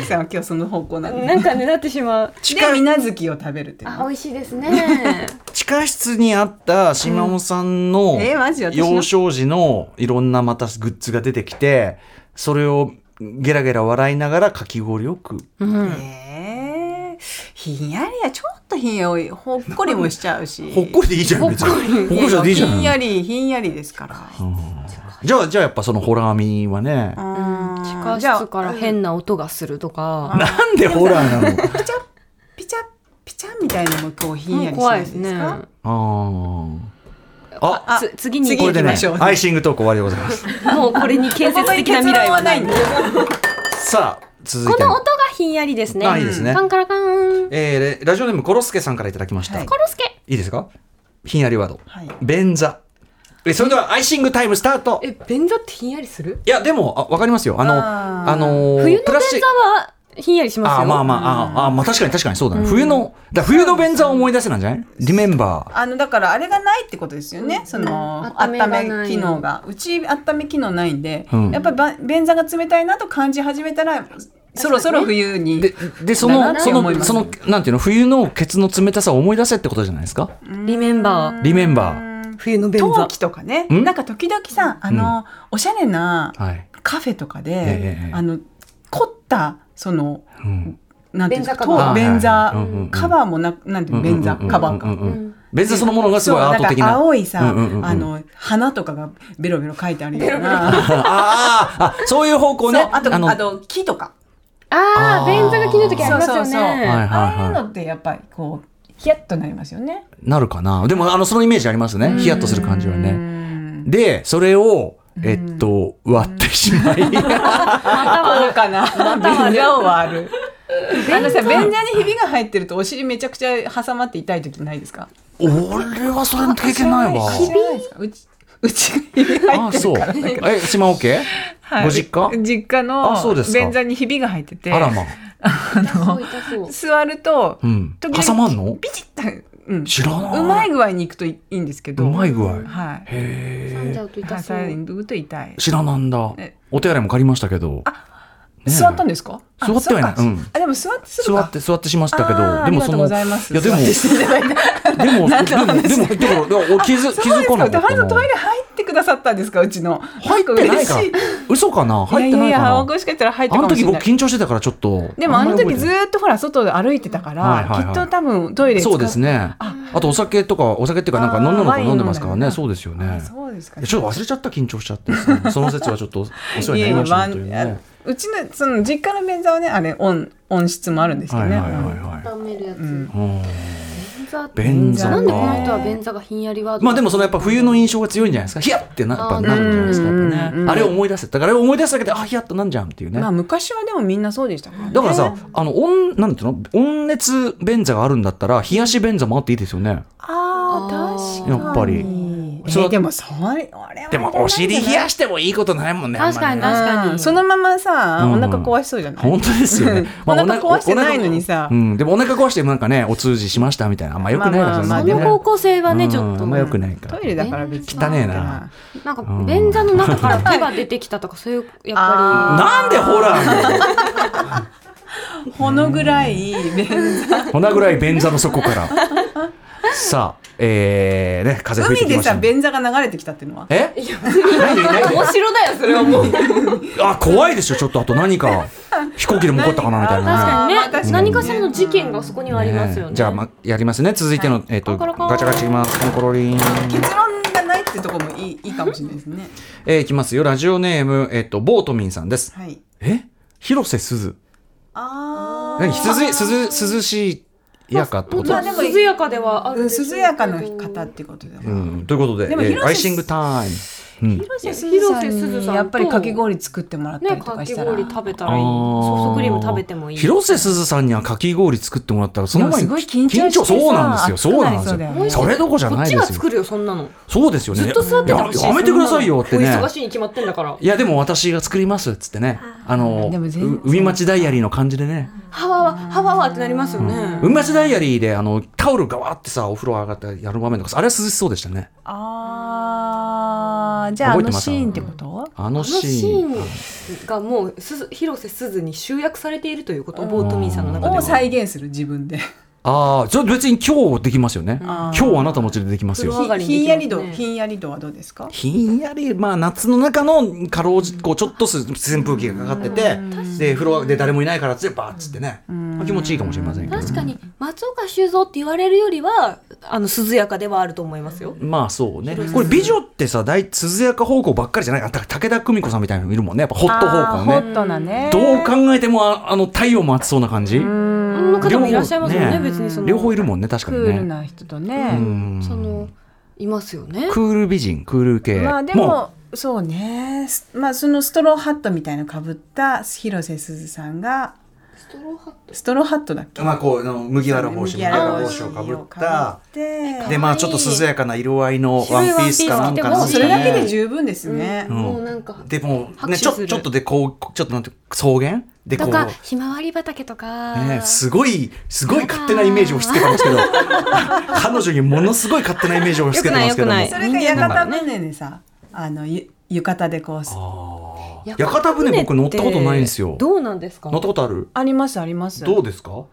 C: さんは今日その方向なんで
B: なんかねなってしまう。
C: で水無月を食べるっていう
B: あ、美味しいですね。
A: 地下室にあった島尾さんの
C: んえマジ私の
A: 幼少時のいろんなまたグッズが出てきて、それをゲラゲラ笑いながらかき氷を食う。
B: うん。
C: えーひんやりやちょっとひんやりほっこりもしちゃうし
A: ほっこりでいいじゃん別に。ほっこりでいいじゃ
C: ひん
A: ん。
C: やりひんやりですから
A: じゃあじゃあやっぱそのホラーみはね。
C: うん
B: 地下室から変な音がするとか。
A: なんでホラーなの。
C: ピチャピチャピチャみたいなのもこうひん
B: も
C: や
B: う
C: り
B: 怖い
C: で
B: ですすね。
C: か
A: ああ。あ、
C: あ
B: つ次に
C: 次
A: これで
C: 行
A: ね
C: きましょう、ね
A: アイシングトーク終わりでござい ます。
B: もうこれに建
C: こ
B: 設
C: こに
B: 的な
C: 結
B: 未来
C: 論
B: は
C: は
B: な
C: ないい
B: ん
C: ん
B: だ
C: だ。
A: さあ、続い
B: こ
A: て
B: の
A: の。
B: 音がひんやりですね。
A: あいいですね
B: カンカラカン。
A: えーレ、ラジオネームコロスケさんからいただきました。
C: はい
A: い
B: コロスケ。
A: いですかひんやりワード。
C: はい
A: 便座。えそれではアイシングタイムスタート
E: え便座ってひんやりする
A: いやでもあわかりますよあの
C: あー
A: あのー
B: 冬の
A: プ
B: 便
A: ラスチッ
B: 座
A: ク
B: はひんやりしますよ
A: あーまあまああーあーまあ確かに確かにそうだね、冬のだから冬の便座を思い出せなんじゃないリメンバー
C: あのだからあれがないってことですよね、その
E: 温めが
C: 温
E: ない
C: め機能がうち温め機能ないんで、
A: うん
C: やっぱりば便座が冷たいなと感じ始めたらそろそろ冬に
A: ででそ
C: だ
A: の
C: な
A: そ
C: って思い
A: の
C: ます
A: そのなんていうの冬のケツの冷たさを思い出せってことじゃないですか
B: リメンバー
A: リメンバー
E: 冬の便座
C: 陶器とかね
A: ん
C: なんか時々さあの、おしゃれな
A: はい、
C: カフェとかで、
A: ええ
C: あの凝ったその
A: うん、
C: なんていうんですか
E: 便座カバー
C: 陶便座
A: はいはいはいうんうん
C: カバーもななんていうの便座カバー
A: うん
C: か
A: うん。うんうん便座そのものがすごいアート的
C: そう
A: なん
C: か青いさ、
A: うんうんうん
C: あの花とかがベロベロ書いてあるような。
A: あーあそういう方向ね
C: そうあとあ
A: の
C: と木とか
E: あ
A: あー
E: あ便座が気の時ありますよ
C: そ
E: ね
C: うそうそうはい
A: はい
C: ああいう
A: は
C: のってやっぱりこうヒヤッとなりますよね。
A: いなるかなでもあのそのイメージありますねヒヤッとする感じはねでそれをえっと割ってしまい
C: あるかな。便座を割 る。あのさ便座にひびが入ってるとお尻めちゃくちゃ挟まって痛い時ないですか。
A: 俺はそれの経験ないわ
C: 知らないですか。うちうちがひび入
A: あ
C: っ
A: ー
C: て
A: そ
C: る
A: う
C: から。
A: え島尾家
C: はい
A: ご実家
C: 実家
A: あそうで
C: の
A: すか
C: 便座にひびが入ってて
A: あらま
E: そう痛そう
C: 座ると
A: うん
C: 時々
A: 挟まんの
C: ビチッとうん
A: 知らないう
C: まい具合にいくといいんですけ
A: う
C: ど。
A: まい具合
C: はい。
E: 挟んじゃうと痛そう
C: 挟むと痛い。
A: 知らなんだ
C: え
A: お手洗いも借りましたけどえ
C: 座ったんですか？あ
A: 座ってはいない
C: そうか
A: うん
C: あでも座ってする
A: 座
C: か。
A: って座ってしましたけ
C: あー
A: どでもその
C: ありがとうございます。
A: いやでも
C: 座ってしていただいて
A: でも、 でも、
C: 何の話
A: でも、だから、だから俺気づ、気づかなか
C: そう
A: った
C: ですか。トイ
A: な。
C: レ入ってくださったんですかうちの。
A: 入ってないか
C: ん嬉しい。。
A: 嘘かな、入ってない
C: や
A: い
C: い
A: か
C: やいや
A: な。
C: もしかしたら入った
A: あ
C: か
A: の
C: もし
A: 時
C: れな
A: 僕
C: い。
A: 緊張してたから、ちょっと。
C: でもあの時ず
A: っ
C: ーっとほら外で歩いてたから、
A: はいはいはい
C: きっと多分トイレ使
A: そう
C: う
A: ですね。あとお酒とか、お酒っていうか、なんか飲んだの
C: あ
A: か
C: ー
A: 飲んでますから
C: ワイン飲
A: ね。
C: んだり
A: そうですよね。
C: そうですか
A: いやちょっと忘れちゃった、緊張しちゃって。 その説はちょっと、お世話になりましたねという
C: いやいや
A: ね。
C: うちのその実家の便座はねあれ音音質もあるんですけ
A: はい
C: ど
A: は
C: ね。
A: いはいは
E: 温めるやつ、
A: い。うん
E: 便
A: 便座
E: 座なんでこの人は
A: か。
E: 便座がひんやりワード
A: まあでもそのやっぱ冬の印象が強いんじゃないですか。ヒヤッってなやっぱなるんじゃないですか。やっぱ
C: う
A: ね
C: ん
A: あれを思い出せ。だからあれを思い出すだけで、あ、ヒヤッとなんじゃんっていうね
C: まあ。昔はでもみんなそうでしたからね。
A: だからさ、あの温なんていうの温熱便座があるんだったら冷やし便座もあっていいですよね。
C: あ
E: あ
C: あ
E: ー
C: 確かに
A: やっぱり
C: えー
A: そう
C: でもそれ俺は
A: でもお尻冷や
C: し
A: してもいいことないもんね。
E: 確かに
A: あんまね
E: 確かに、
C: そのままさ
A: うん
C: お
A: うん
C: 腹壊しそうじゃない、。
A: 本当ですよね
C: お腹壊してないのに
A: お腹
C: さ
A: うん、でもお腹壊してなんかねお通じしましたみたいなあんま良くないですよね。
C: まあまあ
B: そ
C: まあ
B: の方向性はね、
A: うん
B: ちょっ
A: あ
B: と。
A: んま良くないから。
C: トイレだから別に
A: 汚ねえな
E: なんか便座の中から手が出てきたとかそういうやっぱ
A: なんでほら、
C: ほのぐらい便座
A: こんなぐらい便座の底から。さあ、えー、ね風吹い
C: 海
A: てき
C: で
A: ました
C: さ
A: ね。
C: 便座が流れてきたっていうのは
A: え？
E: り面白だよそれはもう
A: あ怖いでしょちょっとあと何か飛行機でも起こったかなみたいなね。
C: あーまあ
E: ね
C: 確かに
E: 何かしらの事件がそこにはありますよね
A: ねじゃあ、ま、やりますね。続いての、えっ、と、
E: コロコロ
A: ガチャガチャいきます。コロコロリン。
C: 結論がないってとこもいいいいかもしれないですね
A: えー、いきますよ。ラジオネーム、えっ、と、ボートミンさんです。
C: はい
A: え広瀬すず。
C: あ
A: 何涼し、涼、涼しい、やかってこと
E: まあでも涼やかではあ
C: う
E: る
C: ん、
E: でしょうけ
C: 涼
E: ど
C: やかな方ってことだ、
A: うん。ということで、
C: でも
A: えー
C: 広瀬す
A: アイシングタイム。うん。
C: 広瀬すず
E: 広
C: さ
E: 瀬
C: ん
E: すず
C: に
E: さんと
C: やっぱりかき氷作ってもらった
E: ね
C: りと
E: か
C: か
E: き
C: したら、
E: 氷食べた
A: あ
E: らいい
A: ー
E: ソフトクリーム食べてもいい
A: 広瀬すずさんにはかき氷作ってもらったら、その前に
C: いやすごい緊張してさ
A: そうなんですよ。そうなんです
C: 熱くなりそうだよ
A: よ。
C: ね
A: それどころじゃ
E: こっ
A: ない
E: ち
A: で
E: が
A: すよ
E: 作。るよそんなの
A: そうですよね。
E: ずっと座っててほしい
A: ややめてくださいよってね。
E: そんなのお忙しいに決まってんだから
A: いやでも私が作りますっつってねあの
C: でも全然
A: う海町ダイアリーの感じでね
E: ハワワハワワってなりますよね
A: 海町ダイアリーであのタオルがわーってさお風呂上がってやる場面とかあれは涼しそうでしたね
C: あーじゃああ
A: 覚え
C: の
A: てます
C: シーンってこと
A: あ
E: あ
A: の
E: のシ
A: シーン
E: ーンがもうすず広瀬すずに集約されているということボートミーさんの中で
C: を
E: は
C: 再現する自分で
A: ああそれ別に今日できますよね
C: あ
A: 今
C: ー
A: 日あなたのお家でできます
E: 風呂上
A: よ
E: がりに
C: ひん
E: でき
C: や
E: ま
C: り
E: すね
C: 度ひんやり度はどうですか
A: ひんやりまあ夏の中のかろうじこうちょっとす扇風機がかかっててで風呂で誰もいないからっつってバーっつってねまあ気持ちいいかもしれませんけど
E: 確かに松岡修造って言われるよりはあの涼やかではあると思いますよ
A: まあそうねこれ美女ってさ大涼やか方向ばっかりじゃないあだから武田久美子さんみたいなのいるもんねやっぱホット方向ね
C: あーホットなね
A: どう考えてもああの太陽も暑そうな感じ、
E: の方もいらっしゃいますよね
A: 両方ね
E: 別にその
A: 両方いるもんね確か
C: ク
A: にね
C: ールな人とね、
A: うん
E: そのいますよね
A: クール美人クール系
C: まあで
A: う
C: もそうねすまあそのストローハットみたいなのかぶった広瀬すずさんが
E: ストローハット
C: ストローハットだっけ
A: まあこうあの麦わら帽子麦
C: 麦わ
A: わ
C: ら
A: ら
C: 帽
A: 帽
C: 子
A: 子
C: を
A: を
C: か
A: か
C: ぶ
A: ぶ
C: っ
A: ったた
C: で
A: でまあちょっと涼やかな色合いのワンピースかなんか
B: 白い
A: な
B: ワ
C: も
A: んで
C: う
A: すか
C: それだけ
A: ね
C: で十分ですね
E: う。んもうなんか
A: でもう
E: 拍
A: ね
E: 手
A: ちょ
E: する
A: ちょっとでこうちょっとなんて草原でことう
B: かひまわり畑とか、
A: ね、すごいすごい勝手なイメージを押し付けたんですけど彼女にものすごい勝手なイメージを押し付けたんですけども
B: よくないよ
C: そ
B: く
C: れが屋形船でさあのゆ浴衣でこう
A: あー屋形船僕乗ったことないんですよ
E: どうなんですか
A: 乗ったことある
C: ありますあります
A: どうですか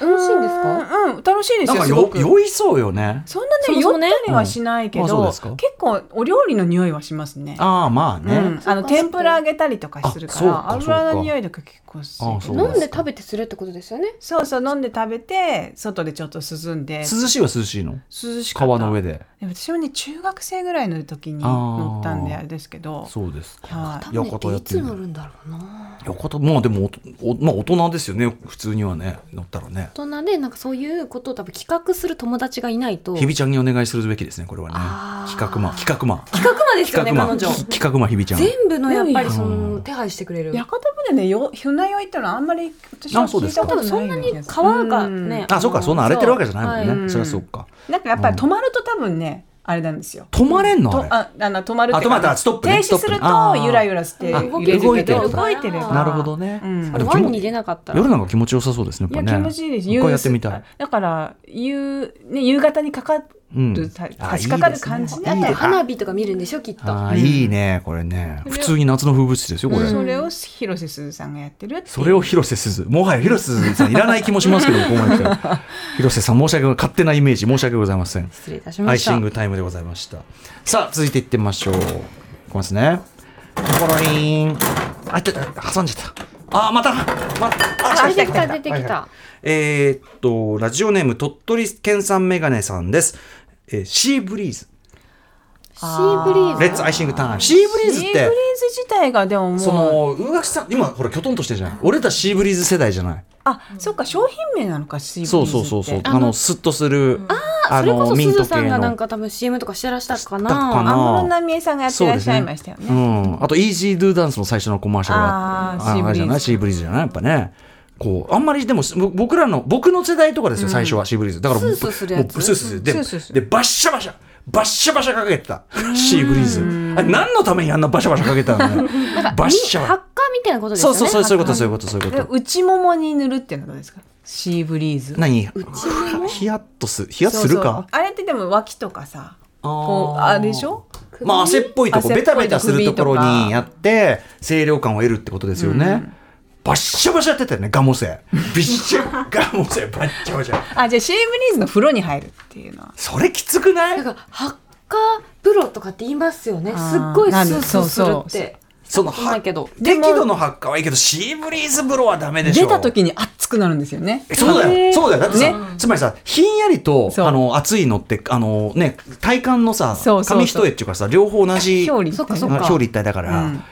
E: 楽しいんですか
C: うんうん楽しいで
A: な
C: す
A: ん
C: よ
A: か
C: す
A: よ
C: ごく
A: 酔いそうよね
C: そんな
B: そ
C: ね
B: も
C: 酔
B: そ
C: っ
B: もね
C: たりはしないけ
A: うんあそう
C: ど
A: です
C: 結
A: か
C: 構お料理の匂いはしますね
A: ああまあ
C: う
A: ね、
C: んあの天ぷら揚げたりとかするか
A: あそ
C: ら
A: うか
C: 油の匂いとか結構する
A: あ
C: け
A: そ
C: ど
A: う
E: 飲んで食べてするってことですよね
C: そうそう飲んで食べて外でちょっと涼んで
A: 涼しいは涼しいの
C: 涼しかった
A: 川の上で
C: でも私もね中学生ぐらいの時に
A: あー
C: 乗ったんであれですけど
A: そうですか
C: はい
E: タ
A: よ
E: メ
A: か
E: っ
A: とや
E: てい
A: って
E: つ
A: みた
E: 乗るんだろうな
A: よかとまあでもおおまあ大人ですよね普通にはね乗ったらね
B: 大人でなんかそういうことを多分企画する友達がいないと
A: ひ
B: 企
A: びちゃんにお願いするべきですねこれはね
B: あー
A: 企画マン企画マン
B: 画までです
A: 企
B: よ
A: 画
B: ね彼
A: マン
B: 女
A: き企画マンひびちゃん
E: 全部のやっぱり
A: 何
E: その手配してくれる
C: 屋形船でよ船酔いってのはあんまり私は
A: あそう
C: 聞
A: で
C: い
A: すか
C: たこと
B: そ
C: なんいよ
B: な
C: う
B: に
C: 気する
B: 川がね
A: あそうかそんな荒れてるわけじゃないもんね、
C: うん
A: そりゃそうか
C: うんなんかやっぱり止まると多分ねあれなんですよ
A: 止まれんの
C: と
A: あれ
C: ああの止まるってい
A: あ止
C: う
A: まったストップね
C: 停止する
A: ストッ
C: と
A: プねあー
C: ゆらゆらして
A: あ
C: 揺れるけど
A: 動いてる
C: 動いてれば
A: なるほどね、
C: うん
A: あでも
B: 湾
A: 気
B: に
A: 持
B: 入れなかったら
A: 夜なんか気持ちよさそうですね
C: い
A: や
C: や
A: っぱ
C: 気
A: ね
C: 持ちいいです
A: もう一回やってみたい、
C: だから夕,、ね、夕方にかか
A: う
C: る
A: ん、
C: た
A: あ
C: 差し掛かる感じ
A: いい
C: ね
A: ですねいいです
E: 花火とか見るんでしょきっと
A: あーいいねこれね普通に夏の風物詩ですよこれ、
C: それを広瀬すずさんがやってるっていう
A: それを広瀬すずもはや広瀬すずさんいらない気もしますけどここまで来た ら広瀬さん申し訳ない勝手なイメージ申し訳ございません
B: 失礼いたし
A: ア
B: ま
A: イ
B: し
A: シ
B: た
A: ングタイムでございましたさあ続いていってみましょういきますねコロリーンあちょっと挟んじゃったあまたまた
B: あ出てきた出てきた
A: えーっとラジオネーム鳥取県産メガネさんです、えーシーブリーズ
B: シーブリーズ
A: レッツアイシングタイムシーブリーズ
C: シ
A: っ
C: ーブリー
A: て
C: ズ自体がでももう
A: その宇垣さん今ほらきょとんとしてるじゃん俺たちシーブリーズ世代じゃない
C: あそっか商品名なのかシーブリーズ
A: そ
C: っ
A: う
C: て
A: そうそうそう
C: あ
A: あのスッとするあ
B: それこそすずさんがなん
A: か
B: か多分 CM とかしてらしたかな
A: したかな
C: 安室奈美恵さんがやってらっしゃいましたよね
A: うん、あと「イージードゥダンスの最初のコマーシャルが
C: あー
A: あ
C: シーブリー
A: あ
C: ズ
A: れじゃないシーブリーズじゃないやっぱねこうあんまりでもぼ僕らの僕の世代とかですよ最初はシーブリーズだから
B: スースーするやつ
A: もうスースーするで
C: スースーす
A: でバッシャバシャバッシャバシャかけてたシーブリーズあれ何のためにあんなバシャバシャかけたのねバッシャ
B: ハッ
A: バ
B: カーみたいなことです
A: そ
B: よ
A: う
B: ね
A: そうそうそういうことそうい
B: ハッ
A: うことそういう
C: で
A: こと
C: 内ももに塗るっていうのはどうですかシーブリーズ
A: 何ヒヤッとすヒヤッとする
C: そうそう
A: か
C: あれってでも脇とかさこう
A: あー
C: あれでしょ
A: まあ汗っぽいとこ
C: 汗っぽ
A: ベ
C: い
A: タベタするところ
C: 首と
A: に
C: か
A: やって清涼感を得るってことですよね、バッシャバシャやってたよねガモ セビッシャガモセバッシャバシャ
C: あじゃあシーブリーズの風呂に入るっていうのは
A: それきつくない
E: だからハッカープロとかって言いますよね
C: あー
E: すっごいス
C: な
E: ー
C: ん
E: ス
C: で
E: ーする
C: そ
E: って
C: うそう
A: その
B: ないけど
A: 適度の発火はいいけどシーブリーズ風呂はダメでしょ
C: 出た時に熱くなるんですよね
A: えそうだよ、そうだよ。だってさ、
C: ね
A: つまりさ、ひんやりと、
C: そう
A: あの、暑いのって、あのね、体感のさ、
C: そうそうそう
A: 紙一重っていうかさ、両方同じ、
C: 表裏一体
A: そっか
B: そっか
A: 表裏一体だから、
C: うん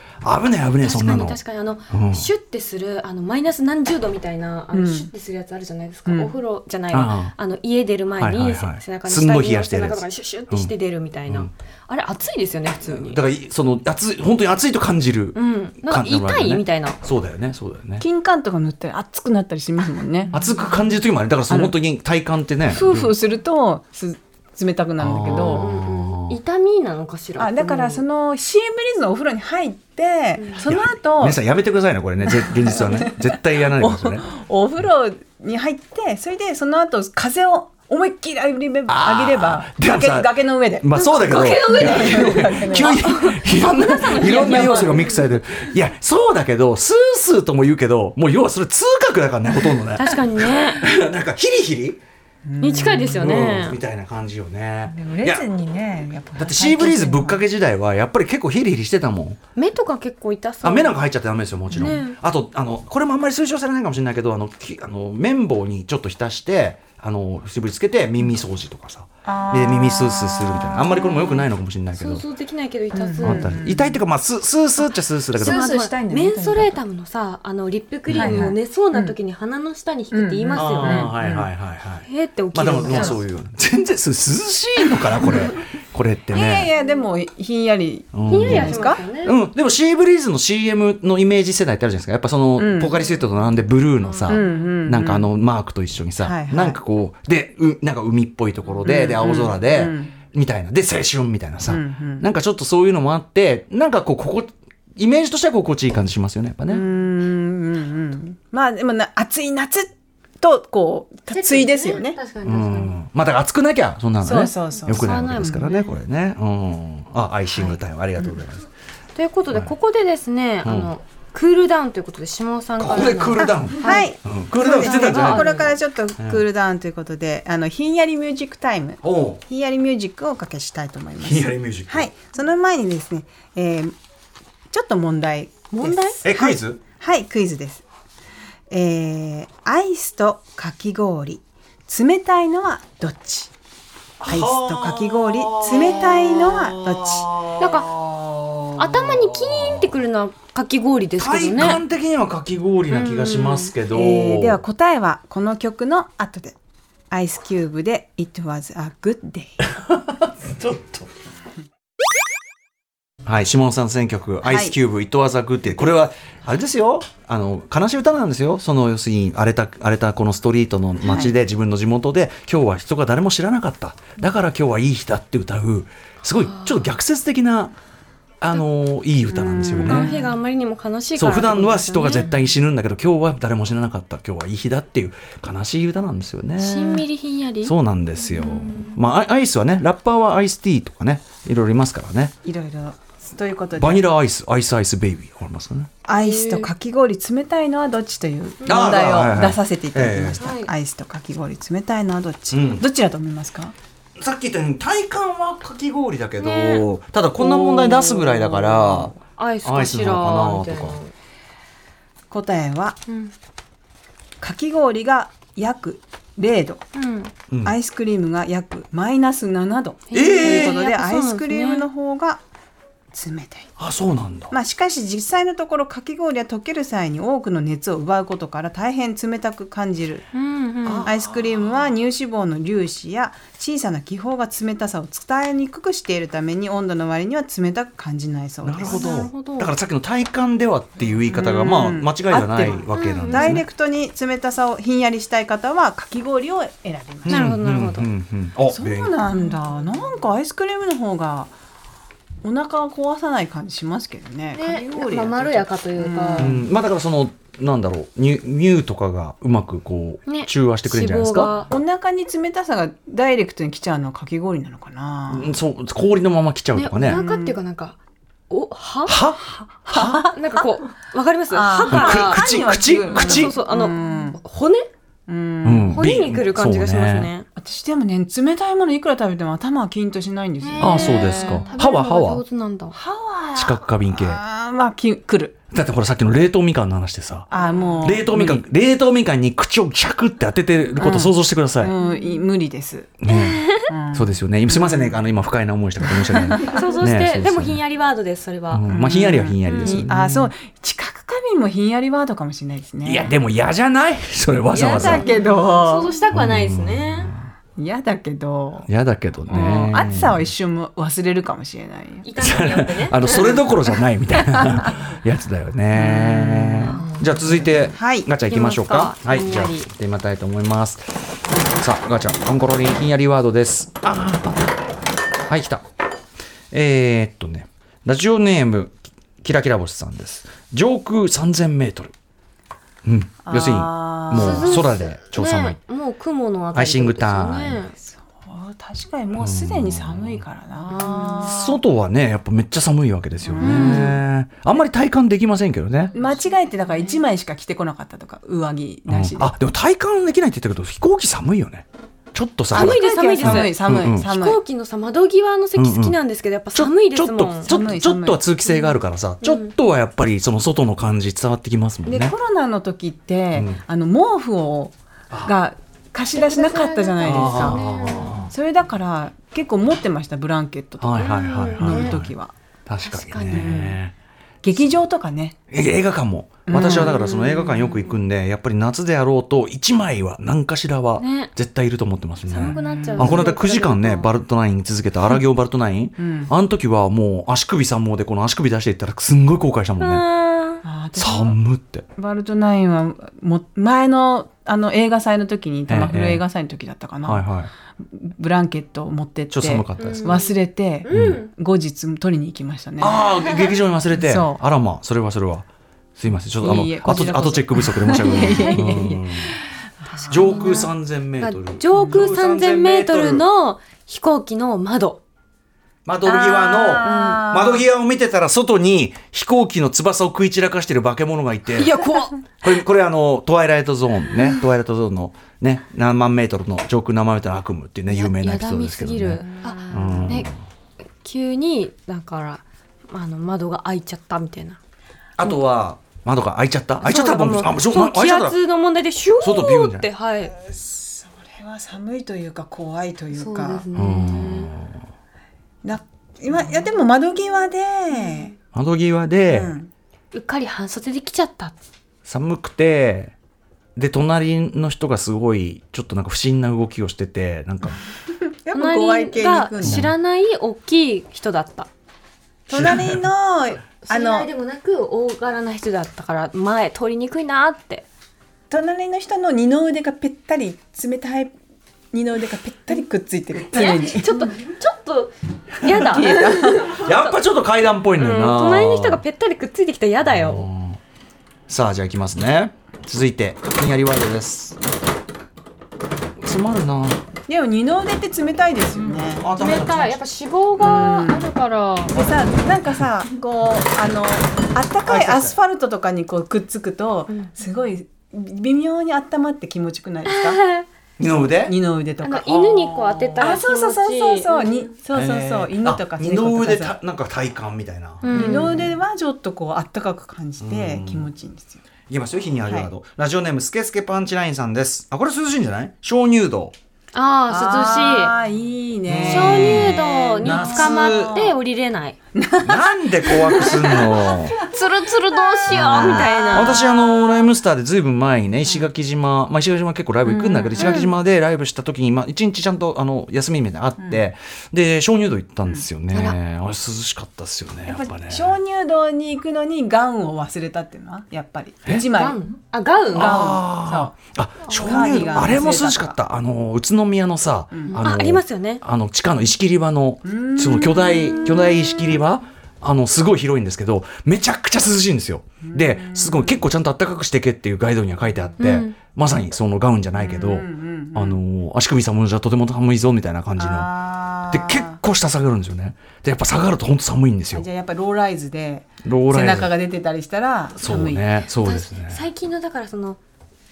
A: 危ねえ危ねえ、そ
B: 確
A: ん
B: か
A: な
B: に
A: の。
B: 確かにあの、
A: うん
B: シュッてするあのマイナス何十度みたいなあの、
C: うん
B: シュッてするやつあるじゃないですか、
C: うん
B: お風呂じゃない
A: あ
B: わあの家出る前に、
A: はいはいはい
B: 背中に
A: すんごい冷やしてる
B: 下
A: やつ
B: 着の背中とかにシュッシュッてして出るみたいな、
A: うん
B: あれ暑いですよね普通に
A: だからい、その、暑い、本当に暑いと感じる。
B: うんなんか
A: 感じのあ
B: 痛
A: れだ
B: い、
A: ね
B: みたいな
A: そうだよね、そうだよね。
C: 金管とか塗ったら熱くなったりしますもんね
A: 熱く感じる時もあるだからその本当に体感ってね
C: フーフーするとす冷たくなるんだけど
A: あー
B: 痛みなのかしら
C: あだからそのシーブリーズのお風呂に入って、その後
A: 皆さんやめてくださいねこれねぜ現実はね絶対やらないでくださいね
C: おお風呂に入ってそれでその後風を思いっきり浴びれば
A: あー
C: 上げれば
A: でもさ
C: 崖崖の上で、
A: まあそうだけど急に いろんないろんな要素がミックスされてるいやそうだけどスースーとも言うけどもう要はそれ痛覚だからねほとんどね
B: 確かにね
A: なんかヒリヒリ
B: に近いですよね
A: うんみたいな感じよね
C: でも
A: い
C: レ
A: や
C: ジにねやっぱ
A: だってシーブリーズぶっかけ時代はやっぱり結構ヒリヒリしてたもん
B: 目とか結構痛そう
A: あ目なんか入っちゃってダメですよもちろん、
B: ね
A: あとあのこれもあんまり推奨されないかもしれないけどあのきあの綿棒にちょっと浸してあの節ぶりつけて耳掃除とかさ
C: あー
A: で耳スースーするみたいなあんまりこれもよくないのかもしれないけど、
B: 想像できないけど痛そう、
A: あったり痛いっていうか、まあ、ススースーっちゃスースーだけど
C: スー
B: まあ
C: スーしたいんだよね
B: メンソレータムのさあのリップクリームを寝そうな時に鼻の下に引くって言いますよね、
A: あーはいはいはいはい、
B: へーって起
A: ま
B: き
A: あで
B: る
A: も
B: みたい
A: まあ
B: な、
A: そういう全然す涼しいのかなこれこれって
C: いやい
A: ね。
C: やでもひんやり
A: うん
E: ひんやりはしますよね。
A: うん、でもシーブリーズの CM のイメージ世代ってあるじゃないですかやっぱその、
C: うん
A: ポカリスエットと並んでブルーのさ、
C: うんうん
A: なんかあのマークと一緒にさ、
C: はいはい
A: なんかこうでうなんか海っぽいところで、で
C: うんう
A: 青
C: ん
A: 空で、
C: うん
A: みたいなで青春みたいなさ、
C: うんうん
A: なんかちょっとそういうのもあってなんかこうここイメージとしては心地いい感じしますよねやっぱね。
C: うーんうんうんまあでもな暑い夏とこうた対ですよね
E: 確かに
A: う
E: 確かに。
A: ん、まあだから熱くなきゃそんなのね
C: そうそうそう
A: よくないわけですからねこれね、うん、あアイシングタイム、ありがとうございます、
B: ということで、ここでですね、
A: ん
B: あの、クールダウンということで、下尾さんから
A: こ
B: の。
A: こでクールダウン、
C: はい
A: うん、クールダウンしてたんじゃ
C: こ
A: ない
C: れからちょっとクールダウンということであのひんやりミュージックタイム
A: おう
C: ひんやりミュージックをおかけしたいと思います
A: ひんやりミュージック
C: はいその前にですね、えーちょっと問題です
B: 問題
A: えクイズ、
C: はいクイズですえーアイスとかき氷冷たいのはどっちアイスとかき氷冷たいのはどっち
B: なんか、頭にキーンってくるのはかき氷ですけど
A: 体
B: ね。
A: 感的にはかき氷な気がしますけど、
C: えーでは答えはこの曲の後でアイスキューブで It was a good day
A: ちょっと。はい、下尾さん選曲、アイスキューブ、糸技グッデイ。これは、あれですよ、あの、悲しい歌なんですよ。その、要するに、荒れた、荒れたこのストリートの街で、自分の地元で、今日は人が誰も知らなかった。だから今日はいい日だって歌う、すごい、ちょっと逆説的な、あの、いい歌なんですよ
B: 他の日
A: ね。
B: があんまりにも悲しいか
A: そう、
B: ら、
A: 普段は人が絶
B: 対。
A: 対に死ぬんだけど、今日は誰も死ななかった。今日はいい日だっていう、悲しい歌なんですよね。
B: しんみりひんやり。
A: そうなんですよ。まあ、アイアイスはね、ラッパーはアイスティーとかね、いろいろいますからね。
C: いろいろということ
A: バ
C: で
A: ニラアイス、アイスアイスベイビー、わかりますかね。
C: アイスとかき氷冷たいのはどっちという問
A: あーはい
C: 題
A: は
C: を
A: い
C: 出させていただきました、
E: ええ
C: アイスとかき氷冷たいのはどっち、
A: うん
C: どっちだと思いますか
A: さっき言ったように、体感はかき氷だけど、
B: ね
A: ただこんな問題出すぐらいだから、
B: アイスかしら
A: ア
B: み
A: イス
B: た
A: ないのか
B: な
A: なとか。
C: 答えは
B: うん。
C: かき氷が約0度、
B: うん。
A: うん
C: アイスクリームが約マイナス7度、
B: えー
C: ということで、
B: やっぱそうなんですね
C: アイスクリームの方が冷たい
A: あ、そうなんだ。
C: まあ、しかし実際のところかき氷は溶ける際に多くの熱を奪うことから大変冷たく感じる、
B: うんうん。
C: アイスクリームは乳脂肪の粒子や小さな気泡が冷たさを伝えにくくしているために温度の割には冷たく感じないそう
A: な
C: で
A: る
C: す
A: ほど
B: なるほど
A: だからさっきの体感ではっていう言い方が、まあ、
C: うん
A: 間違いではない
C: 合ってる
A: わけなんで
C: ダ
A: す
C: イレ
A: ね。
C: クトに冷たさをひんやりしたい方はかき氷を選びます、
B: なるほど、なるほど。
A: うんうんうんあ、
C: そ
A: 勉
C: う
A: 強
C: なんだなんかアイスクリームの方がお腹を壊さない感じしますけどねかき
E: ね、
C: 氷
E: まあ、まろやかというか
A: う。ん、まあ、だから、その、なんだろう、ミュミューとかがうまくこう、
B: ね
A: 中和してくれるんじゃないですか。
C: お腹に冷たさがダイレクトに来ちゃうのはかき氷なのかな、
A: うんそう、氷のまま来ちゃう
B: 脂
A: と
B: 肪
A: か
B: が。
A: ね。
B: ね、お腹っていうかなんか、お、は
A: は
B: はなんかこう、わかります
C: あー
B: 歯から、
A: く口
C: 歯には来る
A: 口
B: そうそう、あ
C: う
B: の
C: ん、
B: 骨
C: うん
B: 骨にくる感じがします。
A: そう
B: ね。
C: 私でもね冷たいものいくら食べても頭はキンとしないんですよ、
A: ああ、そうですか。歯は歯
B: 上
A: は
B: 手なんだ。
C: 歯は
A: 知覚過敏系。だ
C: あーまあきくる
A: ってほらさっきの冷凍みかんの話でさ、
C: あーもう
A: 冷凍みかん、冷凍みかんに口をジャクって当ててることを想像してください。
C: うんい無理です、
A: ね
C: うん
A: そうですよね。今すいませんね。あの、今不快な思いしたから申し訳ない。
B: 想像して、
A: ねそうそう
B: でもひんやりワードです、それは。
A: うんまあ、ひんやりはひんやりですよね。
C: あーそう知覚過敏もひんやりワードかもしれないですね
A: いや、でも嫌じゃないそれわざわ
C: 嫌
A: ざ
C: だ。け
B: 想
C: ど
B: 像したくはないですね。
C: 嫌だけど
A: 嫌だけど
C: う
A: ね。
C: ん暑さを一瞬も忘れるかもしれない
B: いかんによってね。
A: あの、それどころじゃないみたいなやつだよね。じゃあ続いて、
C: はい
A: ガチャ行きましょうか
B: 行。きますか
A: はい、
B: ひん
A: じ
B: や
A: ゃあ
B: り
A: 行ってみたいと思います。さあ、ガチャ、コンコロリンひんやりワードです。あーはい、来た。えー、っとね、ラジオネーム、キラキラ星さんです。上空3000メートル。うん、要するに、
C: あ
A: もう空で調査も
B: ね、もう雲のあたり、
A: アイシングタイム
C: あー確かにもうすでに寒いからな、
A: 外はね、やっぱめっちゃ寒いわけですよね。あんまり体感できませんけどね。
C: 間違えてだから1枚しか着てこなかったとか上着なしで、
A: あでも体感できないって言ったけど飛行機寒いよねちょっとさ
B: 寒いです寒いです
C: 寒い寒い
A: うんうん
C: 寒い、
B: 飛行機のさ窓際の席好きなんですけど、やっぱ寒いで
A: ちょ
B: す
A: っ
B: も
A: と
B: ん
A: ちょっ
C: 寒
A: と
C: い
A: ちょっとは通気性があるからさ、ちょっとはやっぱりその外の感じ伝わってきますもん
C: で、
A: ね
C: コロナの時って、
A: うん
C: あの毛布をが貸し出しなかったじゃないですか
A: あ
C: それだから結構持ってましたブランケット
A: ー
C: とか
A: はいはいはい
C: 乗
A: はい、
C: る時は、
A: 確かに
B: 確かに
A: ね
C: 劇場とかね
A: え映画館も私はだからその映画館よく行くんでやっぱり夏であろうと1枚は何かしらは
E: ね
A: 絶対いると思ってますね。
E: 寒くなっちゃう
A: あこの間9時間ねバルトナインに続けた荒行バルトナイン、
C: ん
A: あの時はもう足首三毛でこの足首出していったらすんごい後悔したもんね。
E: あー
C: あー私
A: 寒って。
C: バルトナインはもう前のあの映画祭の時に玉古映画祭の時だったかな、
A: はいはい。
C: ブランケットを持ってって
A: ちょっと寒かったです。
C: 忘れて、
F: うん。
C: 後日取りに行きましたね
A: ああ劇場に忘れて。
C: そ
A: あらまあそれはそれは。すいませんちょっとあの
C: いえいえこちら
A: 後
C: こそ
A: 後チェック不足で申し訳ございませんうん。上空3000メ
E: まあ
A: ートル。
E: 上空3000メートルの飛行機の窓。
A: 窓際の
C: あー
A: 窓際を見てたら外に飛行機の翼を食い散らかしてる化け物がいて。
F: いや、怖っ。
A: これ、これあの、トワイライトゾーンね、トワイライトゾーンのね、何万メートルの、上空何万メートルの悪夢っていうね、有名なエピソードですけど
E: やだみ
A: ね。
E: すぎるあ、
A: うん
E: ね、急に、だから、あの、窓が開いちゃったみたいな。
A: あとは、窓が開いちゃった開いちゃった
E: そう
A: もう、あ、もうしょう
E: そう
A: がない開
E: 気
A: いちゃった
E: 圧の問題でシュ
A: 外ビューンじゃ
E: ーっ
A: な
E: て、
A: い
E: はい。
C: それは寒いというか怖いという
E: そう
C: か
E: ですね。
A: うん
C: な今いやでも窓際で、
A: 窓際で、
C: うん
E: うっかり半袖で来ちゃった。
A: 寒くて、で、隣の人がすごい、ちょっとなんか不審な動きをしてて、なん か、
C: やっぱ怖い
E: 隣
C: 系に行く
E: が
C: ん
E: 知
C: だ
E: らない大きい人だった。
C: 隣のあ
E: 知らない
C: の
E: でもなく大柄な人だったから前通りにくいな って
C: 隣の人の二の腕がぺったり冷たい二の腕がぺったりくっついてる
E: い
C: 常
E: や
C: に
E: ちょっとちょっとやだ、うん
A: やっぱちょっと階段っぽいのよな。
E: 隣の人がぺったりくっついてきたらやだよ
A: さあじゃあいきますね続いてひんやりワードです詰まるな
C: でも二の腕って冷たいですよね、
A: あ
E: 冷たいやっぱ脂肪があるから、
C: でさなんかさこうあのあったかいアスファルトとかにこうくっつくと、すごい微妙に温まって気持ちよくないです か
A: 二の腕
C: 二の腕と
E: あの
C: か。
E: 犬にこう当てたら
C: あ
E: 気持
C: そう
E: ちいい
C: そうそうそうそう、
E: ん
C: にそうそうそう、
A: えー
C: 犬とか
A: あ二の腕
C: そういうことか
A: たなんか体感みたいな、
E: う
A: い
E: ん
C: 二の腕はちょっとこうあったかく感じて気持ちいいんですよ、
A: きますよひんやりワード、ラジオネームスケスケパンチラインさんですあこれ涼しいんじゃない鍾乳洞
E: ああ涼し
C: あーい
E: い
C: いね
E: 鍾乳洞に捕まって
C: 夏
E: 降りれない
A: なんで怖くすんの
E: つるつるどうしようみたいな
A: 私あのライムスターでずいぶん前にね石垣島、まあ、石垣島結構ライブ行くんだけど、石垣島でライブした時に、まあ、一日ちゃんとあの休みみたいなのあって、で鍾乳洞行ったんですよね、あれ涼しかったですよねやっ
C: やっ
A: ぱ
C: ぱ
A: ね
C: り鍾乳洞に行くのにガウンを忘れたっていうのはやっぱり一枚
E: ガウンあガウ
C: ガウ
E: ン
C: ン
A: ああ鍾
C: カーデ
A: 乳
C: ィガン
A: 洞あれも涼しかったあの宇都宮のさ、の
E: あありますよね
A: あの地下の石切り場のその巨大巨大石切り場あのすごい広いんですけどめちゃくちゃ涼しいんですよ。ですごい結構ちゃんと暖かくしてけっていうガイドには書いてあって、
E: うん
A: まさにそのガウンじゃないけど、
C: うんうん
A: あの足首寒いのじゃとても寒いぞみたいな感じの。
C: あ
A: で結構下下がるんですよね。でやっぱ下がると本当寒いんです
C: 構
A: よ
C: じ。ゃあやっぱローライズで
A: ローライズ
C: 背中が出てたりしたら
A: そう
C: 寒い
A: ねそうですね。
E: 最近のだからその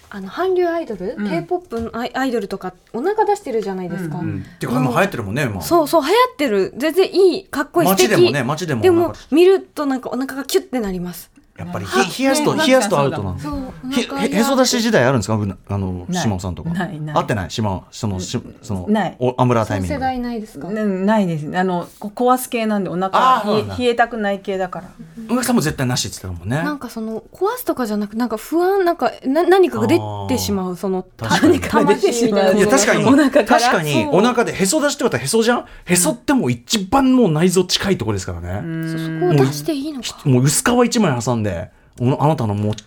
E: あの韓流アイドル、
C: ん
E: K-POP のアイアイドルとかお腹出してるじゃないですか、
A: うん、っていうか今流行ってるもんね今。
E: そうそう流行ってる全然いいかっこいい素
A: 街
E: 敵
A: でもね街でも
E: で
A: なん
E: も
A: か
E: 見るとなんかお腹がキュッてなります
A: やっぱり
C: あ
A: ひ冷やすと
C: ね
A: 冷やすとアウトなんで
E: そうお
A: へ
E: 腹が
A: へへそ出し時代あるんですかぶなあの
C: ない
A: 島尾さんとか
C: ないない
A: 合ってない島尾そのしその
C: ない
A: おアムラー
E: そ
A: タイ
E: の
A: ミン
E: 世
A: グ
E: 代ないですか、
C: ねないですねあのこ壊す系なんでお
A: あ
C: 腹
A: ーそう
C: 冷
A: なんだ
C: え冷えたくない系だから
A: 宇垣さんも絶対なしって言ってたもんね
E: なんかその壊すとかじゃなくなんか不安なんかな何かが出てしまうその
A: 確かに
E: た 魂みたいなも
A: い
E: の
A: や
E: が
A: 確かに
E: お腹から
A: 確かに
E: そう
A: お腹でへそ出しってことはへそじゃんへそってもう一番もう内臓近いところですからね
E: そこを出していいのか
A: もう薄皮一枚挟んでおのあなたのもう腸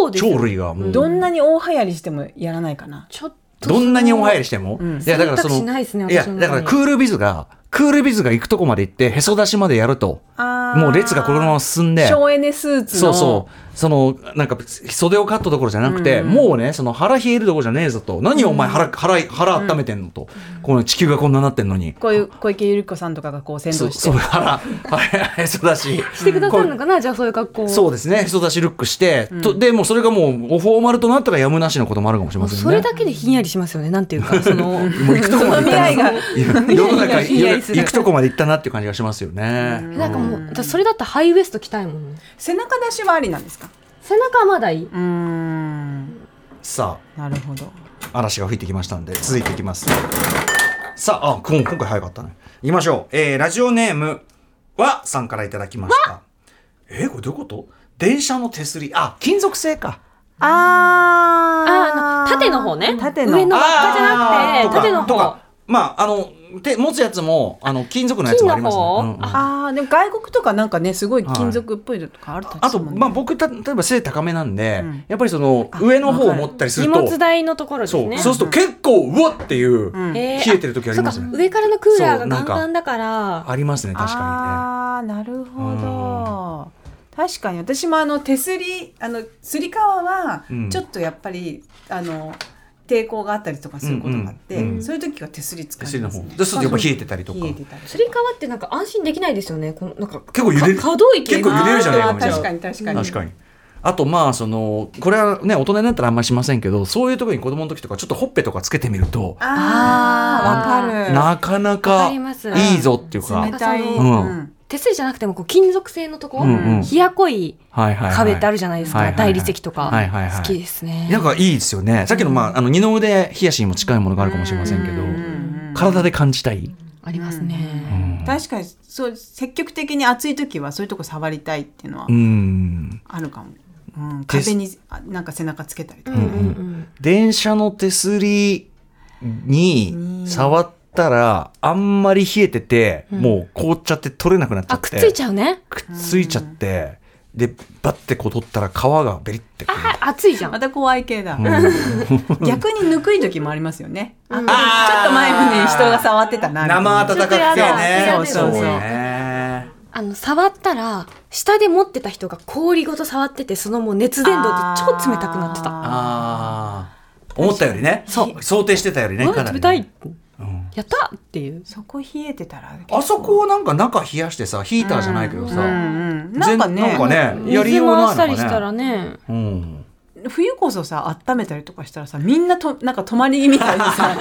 E: 腸ですよ
A: 腸類がもう
C: どんなに大流行りしてもやらないかな
E: ちょっと
A: どんなにおはやりしても、いやだからその
E: 選択肢ないですね
A: や
E: 私の中に
A: だからクールビズがクールビズが行くとこまで行ってへそ出しまでやると
C: あー
A: もう列がこのまま進んで
C: 省エネスーツの
A: そうそう。その、なんか、袖をカットどころじゃなくて、もうね、その腹冷えるどころじゃねえぞと。何お前腹、腹、腹温めてんのと。この地球がこんななってんのに。
C: こういう小池百合子さんとかがこう先
A: そ
C: 導
A: う、
C: して
A: そう、腹、腹、へそだし。
E: してくださるのかな、じゃあそういう格好を
A: そうですね。へそ出しルックして、とで、もうそれがもう、おフォーマルとなったらやむなしのこともあるかもしれま
E: もう
A: せんね。
E: それだけでひんやりしますよねなんていうかその
A: もう行くとこまで行ったな。
C: その
A: いや世の中、
C: いやいやいやする
A: 行くとこまで行ったなっていう感じがしますよね。
E: なんかもう私それだったらハイウエスト着たいもん
C: 背中出しはありなんですか
E: 背中はまだいい、
C: うーん
A: さ
C: なるほど
A: あ、嵐が吹いてきましたんで、続いていきます。さあ、あ、こ今回早かったね。いきましょう。えーラジオネーム、はさんからいただきました。えこれどういうこと電車の手すりあ金属製か
C: ああ
E: ああの縦の方ね
C: 縦の
E: 上の輪っかじゃ
A: あー
E: なくて
A: とか
E: 縦の方
A: とかまああの手持つやつもあの金属のやつもありますね、
E: 金の方
A: うんうん
C: ああでも外国とかなんかねすごい金属っぽいのとかある
A: あと、まあ、
C: あ
A: 僕た例えば背高めなんで、
C: うん
A: やっぱりその
C: あ
A: 上の方を持ったりす
E: 荷
A: ると
E: 物台のところです
A: そう、
E: ね
A: そうすると結構うわっていう、
C: うん
E: えー
A: 冷えてる時あり
E: そう
A: ま
E: か
A: すね、
E: 上からのクーラー
A: そ
E: が
A: うなん
E: ガン
A: か
E: ガンだから
A: ありますね確か
C: あーなるほど確かに私もあの手すりあのすり革は
A: うん
C: ちょっとやっぱり、あの抵抗があったりとかすることがあって、
A: うんうんうん
C: そういう時は手すり使
A: にね手すり
C: いま
A: の
C: す、
A: 方
C: ね、
A: そうするとやっぱ冷えてたりとか
C: 冷えてたり
E: つり革ってなんか安心できないですよねこのなんか
A: 結構揺れる
E: か可動域
A: 結構揺れるじゃない
E: あー
A: みたいな
C: 確かに確かに
A: 確かに。あとまあそのこれはね大人になったらあんまりしませんけどそういうところに子供の時とかちょっとほっぺとかつけてみると
C: あーわかる
A: なかな
E: わ
A: か
E: かります
A: いいぞっていうか
C: 冷たい、
A: うん
E: 手すりじゃなくてもこう金属製のとこ、
A: うんうん
E: 冷や濃い
A: はいはいはい
E: 壁ってあるじゃないですか、
A: はいはいはい
E: 大理石とか、
A: はいはいはい
E: 好きですね
A: なんかいいですよねさっきのまああの二の腕冷やしにも近いものがあるかもしれませんけど体で感じたい
E: ありますね、
A: うん
C: 確かにそう積極的に暑い時はそういうとこ触りたいっていうのは
A: うん
C: あるかも、うん、
A: です
C: 壁にあなんか背中つけたりと
E: う
C: か、
E: んうんうん
A: 電車の手すりに触ったらあんまり冷えててもう凍っちゃって取れなくなっちゃ
E: あ
A: っ
E: くってついちゃうね
A: くっついちゃって、でバッてこう取ったら皮がベリってこう
E: あ熱いじゃん
C: また怖い系だ、
A: うん
C: 逆にぬくい時もありますよね、あ
E: うん
C: ちょっと前まで人が触ってたなみたいな
E: 暖かくてね
A: そうそう
C: そうそう
A: ね
E: あの触ったら下で持ってた人が氷ごと触っててそのもう熱伝導で超冷たくなってた
C: あ
A: ああ思ったよりね
E: そう
A: 想定してたよりね
E: う
A: かな
E: わ
A: りね
E: 冷たい、
A: うん
E: やったっていう
C: ーそこ冷えてたら
A: あそこをなんか中冷やしてさヒーターじゃないけど
C: う
A: さ、
C: んうん、なんか
A: 全
C: ね
A: なんかねやり
E: 水
A: ようないの
E: 回したりした
A: からね
E: ね
A: うん、
C: 冬こそさ温めたりとかしたらさみんなとなんか泊まり気みたいにさ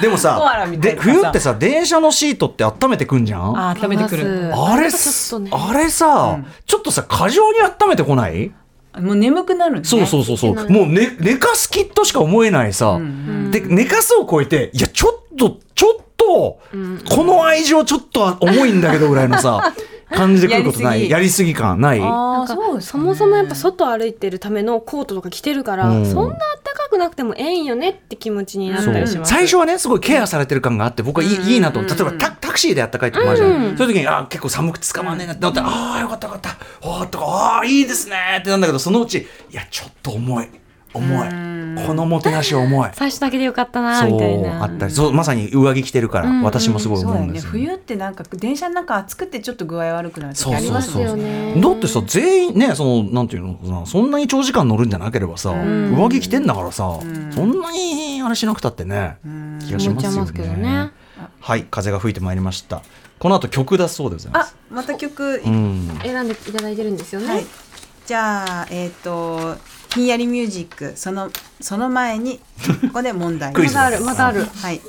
A: でも
C: コアラ
A: さ
C: みた
A: で
C: いなさ
A: 冬ってさ電車のシートって温めてくんじゃん あ
C: あ温めてくる
A: れ
E: ちょっとね
A: あれさ、
C: うん
A: ちょっとさ過剰に温めてこない
C: もう眠くなるね
A: そうそうそうそう、もう寝寝かすきとしか思えないさ、
E: うん
A: で寝かすを超えていやちょっとちょっと、
E: ん
A: この愛情ちょっとは重いんだけどぐらいの さ感じでくることないや
C: や
A: りすぎ感ない
C: あ
E: な
C: あ
E: んか
C: そうです
E: そ
C: かね
E: もそもやっぱ外歩いてるためのコートとか着てるから、
A: うん
E: そんな暖かくなくてもええんよねって気持ちになっ
A: そ
E: たり
A: う
E: します。
A: 最初はねすごいケアされてる感があって僕はいい,、いいなと例えばタタクシーであったかいとこもあるじゃない、
E: うん
A: そういう時にあー結構寒くて捕まんねえなってなったら、ああよかったよかったあーとかああいいですねってなんだけどそのうちいやちょっと重い重いこのもてなし重い
E: 最初だけでよかったなみ
A: そ
E: たいう
A: あ
E: な。
A: ったりそうまさに上着着てるから、
E: うん
A: 私もすごい
C: そ
A: 思
C: うだ
A: う
C: よ
A: んで
C: ね
A: すよ、
C: 冬ってなんか電車の中暑くてちょっと具合悪くなる時
A: そう
C: あり
A: そ
C: ま
A: う
C: す
A: そう
C: も
A: そ
C: ん
A: う
C: ね
A: だってさ全員ねそのなんていうのかなそんなに長時間乗るんじゃなければさ、
C: ん
A: 上着着てんだからさ、そんなにあれしなくたってね、気がしますよ
E: 思っちゃいますけど
A: ね
E: ね
A: はい風が吹いてまいりましたこの後曲だそうでございま
C: あ
A: す
C: また曲、
A: うん
E: 選んでいただいてるんですよね。
C: はいじゃあえっ、とひんやりミュージックそのその前にここで問題
A: クイズ
E: まだあるまだある。
C: はい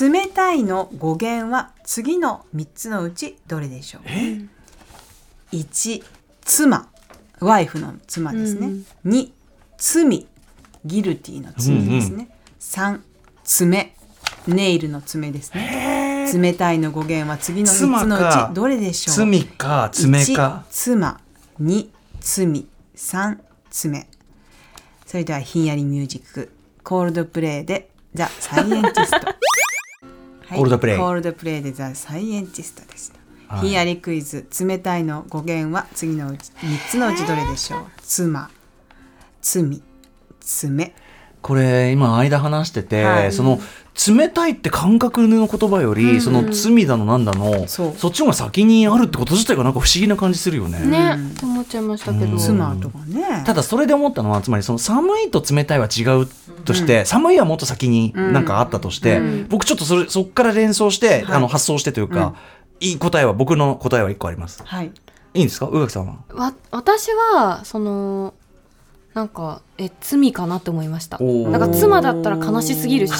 C: 冷たいの語源は次の三つのうちどれでしょう一妻ワイフの妻ですね、二罪ギルティの罪ですね、三爪ネイルの爪ですね冷たいの語源は次の三つのう
A: 妻か
C: ちどれでしょう
A: 罪か爪か
C: 1妻2罪3爪それではひんやりミュージックコールドプレイでザ・サイエンティストはい
A: コールドプレイ
C: コールドプレイでザ・サイエンティストでした、
A: はい
C: ひんやりクイズ冷たいの語源は次のうち3つのうちどれでしょう妻罪爪
A: これ今間話してて、
C: はい
A: その冷たいって感覚の言葉より、その罪だのなんだの
C: そう
A: っちの方が先にあるってこと自体がなんか不思議な感じするよね
E: ね、って思っちゃいましたけど。
C: 妻とかね
A: ただそれで思ったのはつまりその寒いと冷たいは違うとして、寒いはもっと先になんかあったとして、僕ちょっとそれそっから連想して、あの発想してというか、いい答えは僕の答えは一個あります
C: はい
A: いいんですか宇垣さんは
E: わ私はそのなんかえ罪かなって思いました
A: おー
E: なんか妻だったら悲しす ぎるし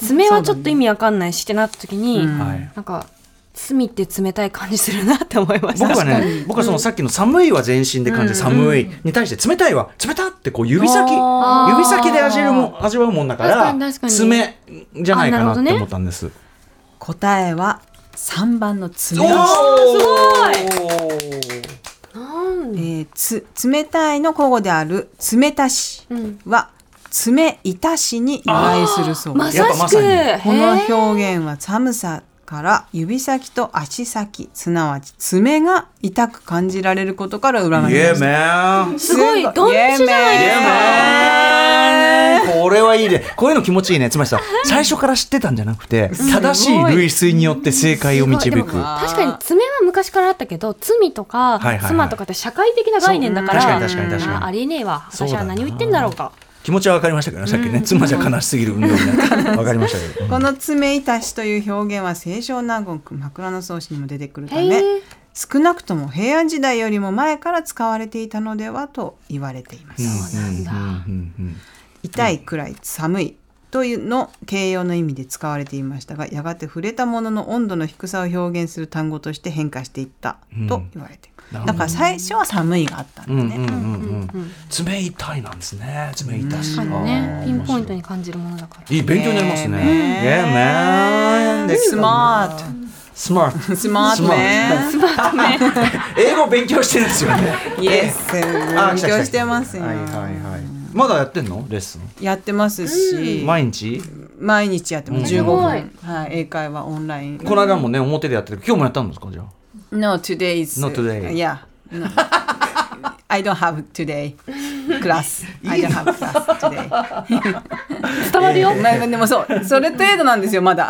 E: 爪はちょっと意味わかんないしってなった時に、
C: うん
A: はい
E: なんか罪って冷たい感じするなって思いました
A: 僕はね僕はそのさっきの寒いは全身で感じる寒いに対して冷たいは冷たってこう指先
C: あ
E: ー
A: 指先で味わうも味わうもんだか
E: 確
A: ら
E: かに確かに
A: 爪じゃないかな
E: あなるほど
A: っ
E: ね
A: て思ったんです。
C: 答えは3番の爪
A: お
C: でした
A: ー
E: すごい
A: おー
E: なん
C: えーつ冷たいの古語である冷たし
B: ん
C: は冷いたしに由来するそう
B: ま
C: です。
A: やっぱ
B: さ
A: ま
B: し
A: さ
B: く
A: に
C: この
B: へー
C: 表現は寒さから指先と足先すなわち爪が痛く感じられることから占いま
A: イエ
C: した。
A: メン
B: すごいドンピシじゃないです
C: イエメン
A: これはいいね。こういうの気持ちいいね。つまりさ、最初から知ってたんじゃなくて、正しい類推によって正解を導
B: す
A: く
B: ごい。確かに爪は昔からあったけど罪と
A: は
B: か
A: いはいはい
B: 妻とかって社会的な概念だから
A: そううん確かに確かに確かに
B: あありえねえわ
A: そう
B: 私
A: だな
B: は何を言ってんだろうか
A: 気持ちは分かりましたけどね、さっきね。妻じゃ悲しすぎる運動になって。わかりましたけど。
C: この爪いたしという表現は清少納言枕草子にも出てくるた
B: へ
C: め
B: え
C: 少なくとも平安時代よりも前から使われていたのではと言われています。
A: そうなんだ。うんうん
C: 痛いくらい寒いというの形容の意味で使われていましたがやがて触れたものの温度の低さを表現する単語として変化していったと言われている、
A: うん
C: だから最初は寒いがあったんだ
A: うんうん
C: ね、
A: うんうんうん爪痛いなんですね。爪痛し。
B: あのね
A: あー
B: ピンポイントに感じるものだから
A: いい勉強になりますね。
C: ねえ
A: イエメンです
C: スマー
A: スマー
C: ト
A: ト。
C: スマートね
A: スマート。英語勉強してるんですよね。
C: イエス勉強してますよ、
A: はいはいはい。まだやってんのレッスン？
C: やってますし、
A: 毎日？
C: 毎日やってます15分、
E: うん
C: はい、英会話オンライン
A: この間もね表でやってる。今日もやったんですかじゃあ？
C: No, today is
A: Not today.
C: Yeah. No. I don't have today class. I don't have class today.
B: 伝わるよ
C: まあでもそう、それ程度なんですよまだ。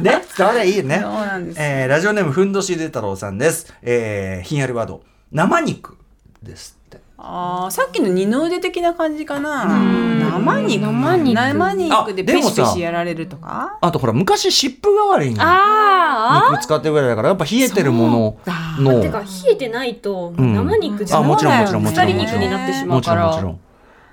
A: ね、それいいね。
C: そうなんですよ
A: えーラジオネームふんどしで太郎さんです。えー、ひんやりワード生肉ですって。
C: ああ、さっきの二の腕的な感じかな。生肉。生肉。でペシペシやられるとか。
A: あとほら昔湿布代わりに
B: あ
A: 肉使ってるぐらいだからやっぱ冷えてるもの
B: あ
A: の
B: てか冷えてないと
A: ん
B: 生肉じゃ
A: あもちろん
B: ない
A: もちろんもちろん
B: 腐り肉になってしま
A: も
B: う
A: ちろん
B: から
A: もちろん。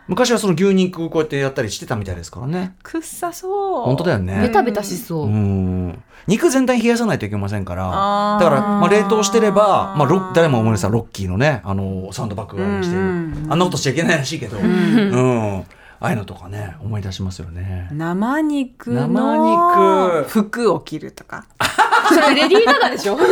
A: 昔はその牛肉をこうやってやったりしてたみたいですからね。
C: くっさそう。
A: 本当だよ
E: ベ
A: ね。
E: タベタしそうう、
A: ん。肉全体冷やさないといけませんから。
C: あー
A: だから、まあ、冷凍してれば、まあロ、誰も思い出したロッキーのね、あの、サンドバッグ代わりにしてる。
C: うんうんうん
A: あんなことしちゃいけないらしいけど。うん。ああいうのとかね、思い出しますよね。
C: 生肉
A: 生
C: の
A: 肉
C: 服を着るとか。
B: それレディー・ガガでしょ
C: そう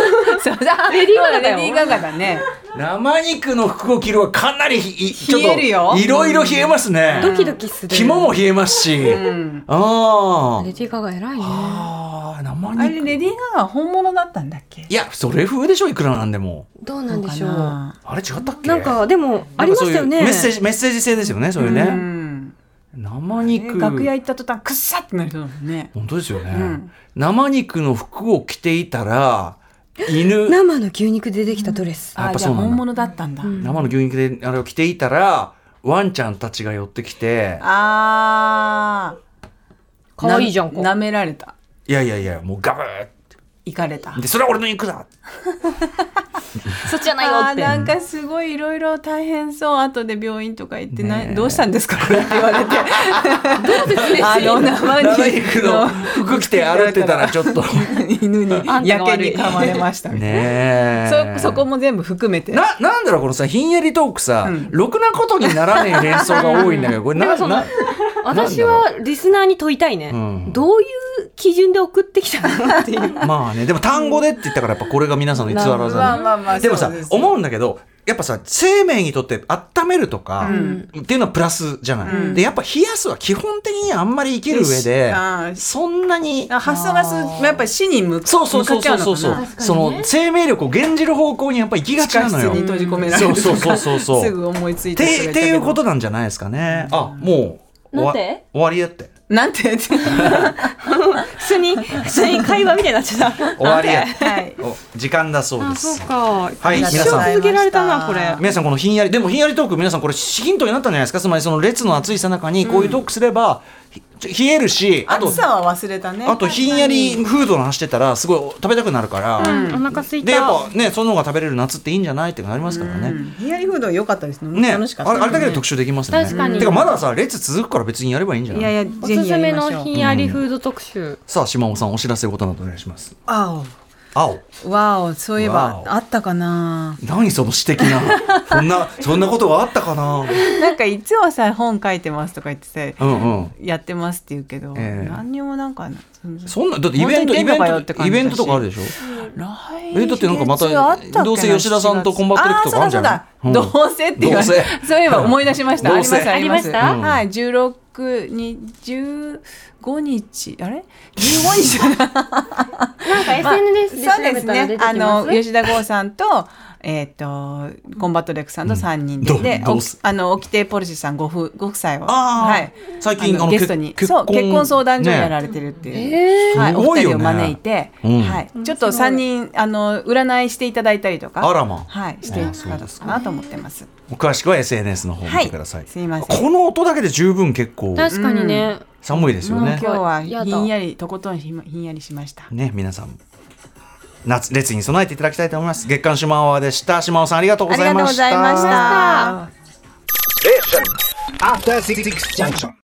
C: だ。
B: レディーガガだよ
C: レディーガガだね。
A: 生肉の服を着るはかなりひ、いちょっと
C: 冷えるよ
A: いろいろ冷えますね。
B: ドキドキする
A: 肝も冷えますし。
C: うん。
A: あ
B: レディー・ガガ偉いね
A: あ。ああ、生肉。
C: あれレディーガガ本物だったんだっけ。
A: いや、それ風でしょ、いくらなんでも。
B: どうなんでしょう
C: どうかな
A: あれ違ったっけ
B: なんかでもありましたよね
A: なんかそういうメッセージ、メッセージ性ですよね、そういう
C: う
A: ね。
C: ん。
A: 生
C: ね
A: 肉。
C: 楽屋行った途端くっさってなりそうだもんね。
A: 本当ですよね、
C: ん
A: 生肉の服を着ていたら、犬、
B: 生の牛肉でできたドレス
A: あやっ
C: あ
A: ぱ
C: じゃ
A: そ
C: あ
A: うなんだ
C: 本物だったんだ。
A: 生の牛肉であれを着ていたら、ワンちゃんたちが寄ってきて、
C: ああ。
B: 可愛いじゃんか
C: な舐められた。
A: いやいやいや、もうガブーって。
C: 行かれた。
A: で、それは俺の肉だ
B: そっちじゃないよ
C: あ
B: っ
C: ー
B: て
C: なんかすごいいろいろ大変そう後で病院とか行ってな、どうしたんですかこれって言われてあの生
A: 生
C: 肉
A: 肉の
C: の
A: 服着て歩いてた らちょっと。
C: 犬に
B: あんた
C: や
B: が
C: け
B: 悪い
C: に噛まれましたみたい
A: ね
C: な
A: え。
C: そそこも全部含めて
A: な、なんだろう、このさ、ひんやりトークさ、ろくなことにならねえ連想が多いんだけど、これな、な、
B: 私はリスナーに問いたいね、
A: ん
B: どういう基準で送ってきたのっていう
A: まあね、でも単語でって言ったから、やっぱこれが皆さんの偽らざる。
C: まあまあまあ
A: でもさ
C: そうです
A: 思うんだけどやっぱさ生命にとって温めるとか、っていうのはプラスじゃない、でやっぱ冷やすは基本的にあんまり生きる上で
C: あー
A: そんなに
C: あ発想がすやっぱり死に向く
A: そうそうそうそうそうそ
C: 向かっちゃうのか
A: う、その生命力を減じる方向にやっぱ行きがちな
C: な地下
A: のよ。
C: 室に
A: っ
C: 閉じ込められるとか
A: そうそうそうそう
C: すぐ思いついて
A: てっていうこととなんじゃないですかね。あもう終わ
B: なんて
A: 終わりだって
C: なんて
B: 普通に 普通に会話みたいになっちゃ った
A: 終わりや
C: はい
A: お時間だそうです。
B: か
A: はい皆
C: 一
A: さ
C: 生
A: ん
C: 続けられたなこれ
A: 皆さんこのひんやりでもひんやりトーク皆さんこれヒントになったんじゃないですかつまりその列の暑いさなかにこういうトークすれば、ひ冷えるしあと
C: 暑さは忘れたね
A: あとひんやりフードの話してたらすごい食べたくなるから、
B: お腹空い
A: でや
B: た
A: っぱねその方が食べれる夏っていいんじゃないってなりますからね。
C: ひんやりフード良かったですね
A: ね、
C: 楽しかっ
A: あ
C: た
A: れあれだけで特集できますよね。
B: 確かに
A: てかまださ列続くから別にやればいいんじゃない
C: いやいや
B: お
C: ぜ
B: す
C: ひ
B: す
C: や
B: め
C: りましょう
B: のひんやりフード特集、
A: さあ島尾さんお知らせことなどお願いします。
C: あ
A: 青
C: わおそういえ
A: わ
C: ば
A: お
C: あったかな
A: 何その私的 なそんなそんなことがあったかな
C: なんかいつもさ本書いてますとか言ってさ
A: うんうん
C: やってますって言うけど、
A: ええ
C: 何にもなんか
A: そんなだってイベント
C: 本当に
A: イベ
C: 出んの
A: ン
C: かよって
A: ト
C: 感じ
A: イ
C: だし
A: ベントとかあるでしょ
C: 来
A: えだってなんかまた
C: 月あったっけな
A: どうせ吉田さんとコンバット力とかあるんじゃない
C: あーそうだそうだどうせって言われ
A: どうせ
C: そういえば思い出しました
A: ど
C: あ
A: う
C: り
A: せ
C: ますありま
B: あ
C: す
B: りました
A: うん
C: はい16に15日あれ15日じゃない
B: なんか SNS で調
C: そうで
B: べ
C: す
B: たら出て
C: ね
B: きま
C: あ
B: すね。
C: の吉田剛さんとえっ、とコンバットレックさんと三人で、
A: うん
C: で
A: ど
C: お
A: どうす
C: あの沖亭ポルシェさんご夫ご夫妻を
A: あー
C: はい
A: 最近
C: あの
A: あの
C: ゲストに
A: 結
C: そう
A: 結婚
C: 結婚相談所
A: ね
C: やられてるっていう。
B: え
C: はい、
A: す
C: お
A: ご
C: 二
A: いよね
C: 人を招いて、
A: うん
C: はい、ちょっと三人あの占いしていただいたりとか、
A: あらま
C: はい、してい
A: あそう
C: ただ
A: です
C: くかなと思ってます。
A: 詳しくは SNS の方を見
C: は
A: てください、
C: すいません。
A: この音だけで十分結構
B: ー確かにね。
A: 寒いですよ
C: 今
A: ね
C: 日は
B: やだ
C: ひんやりとことんひんひんやりしました。
A: ね皆さん夏列に備えていただきたいと思います月刊シマオアでしたシマオさんありがとうご
C: あり
A: ざい
C: がとう
A: ま
C: ご
A: した
C: ざいました。
D: Station. After Six Junction.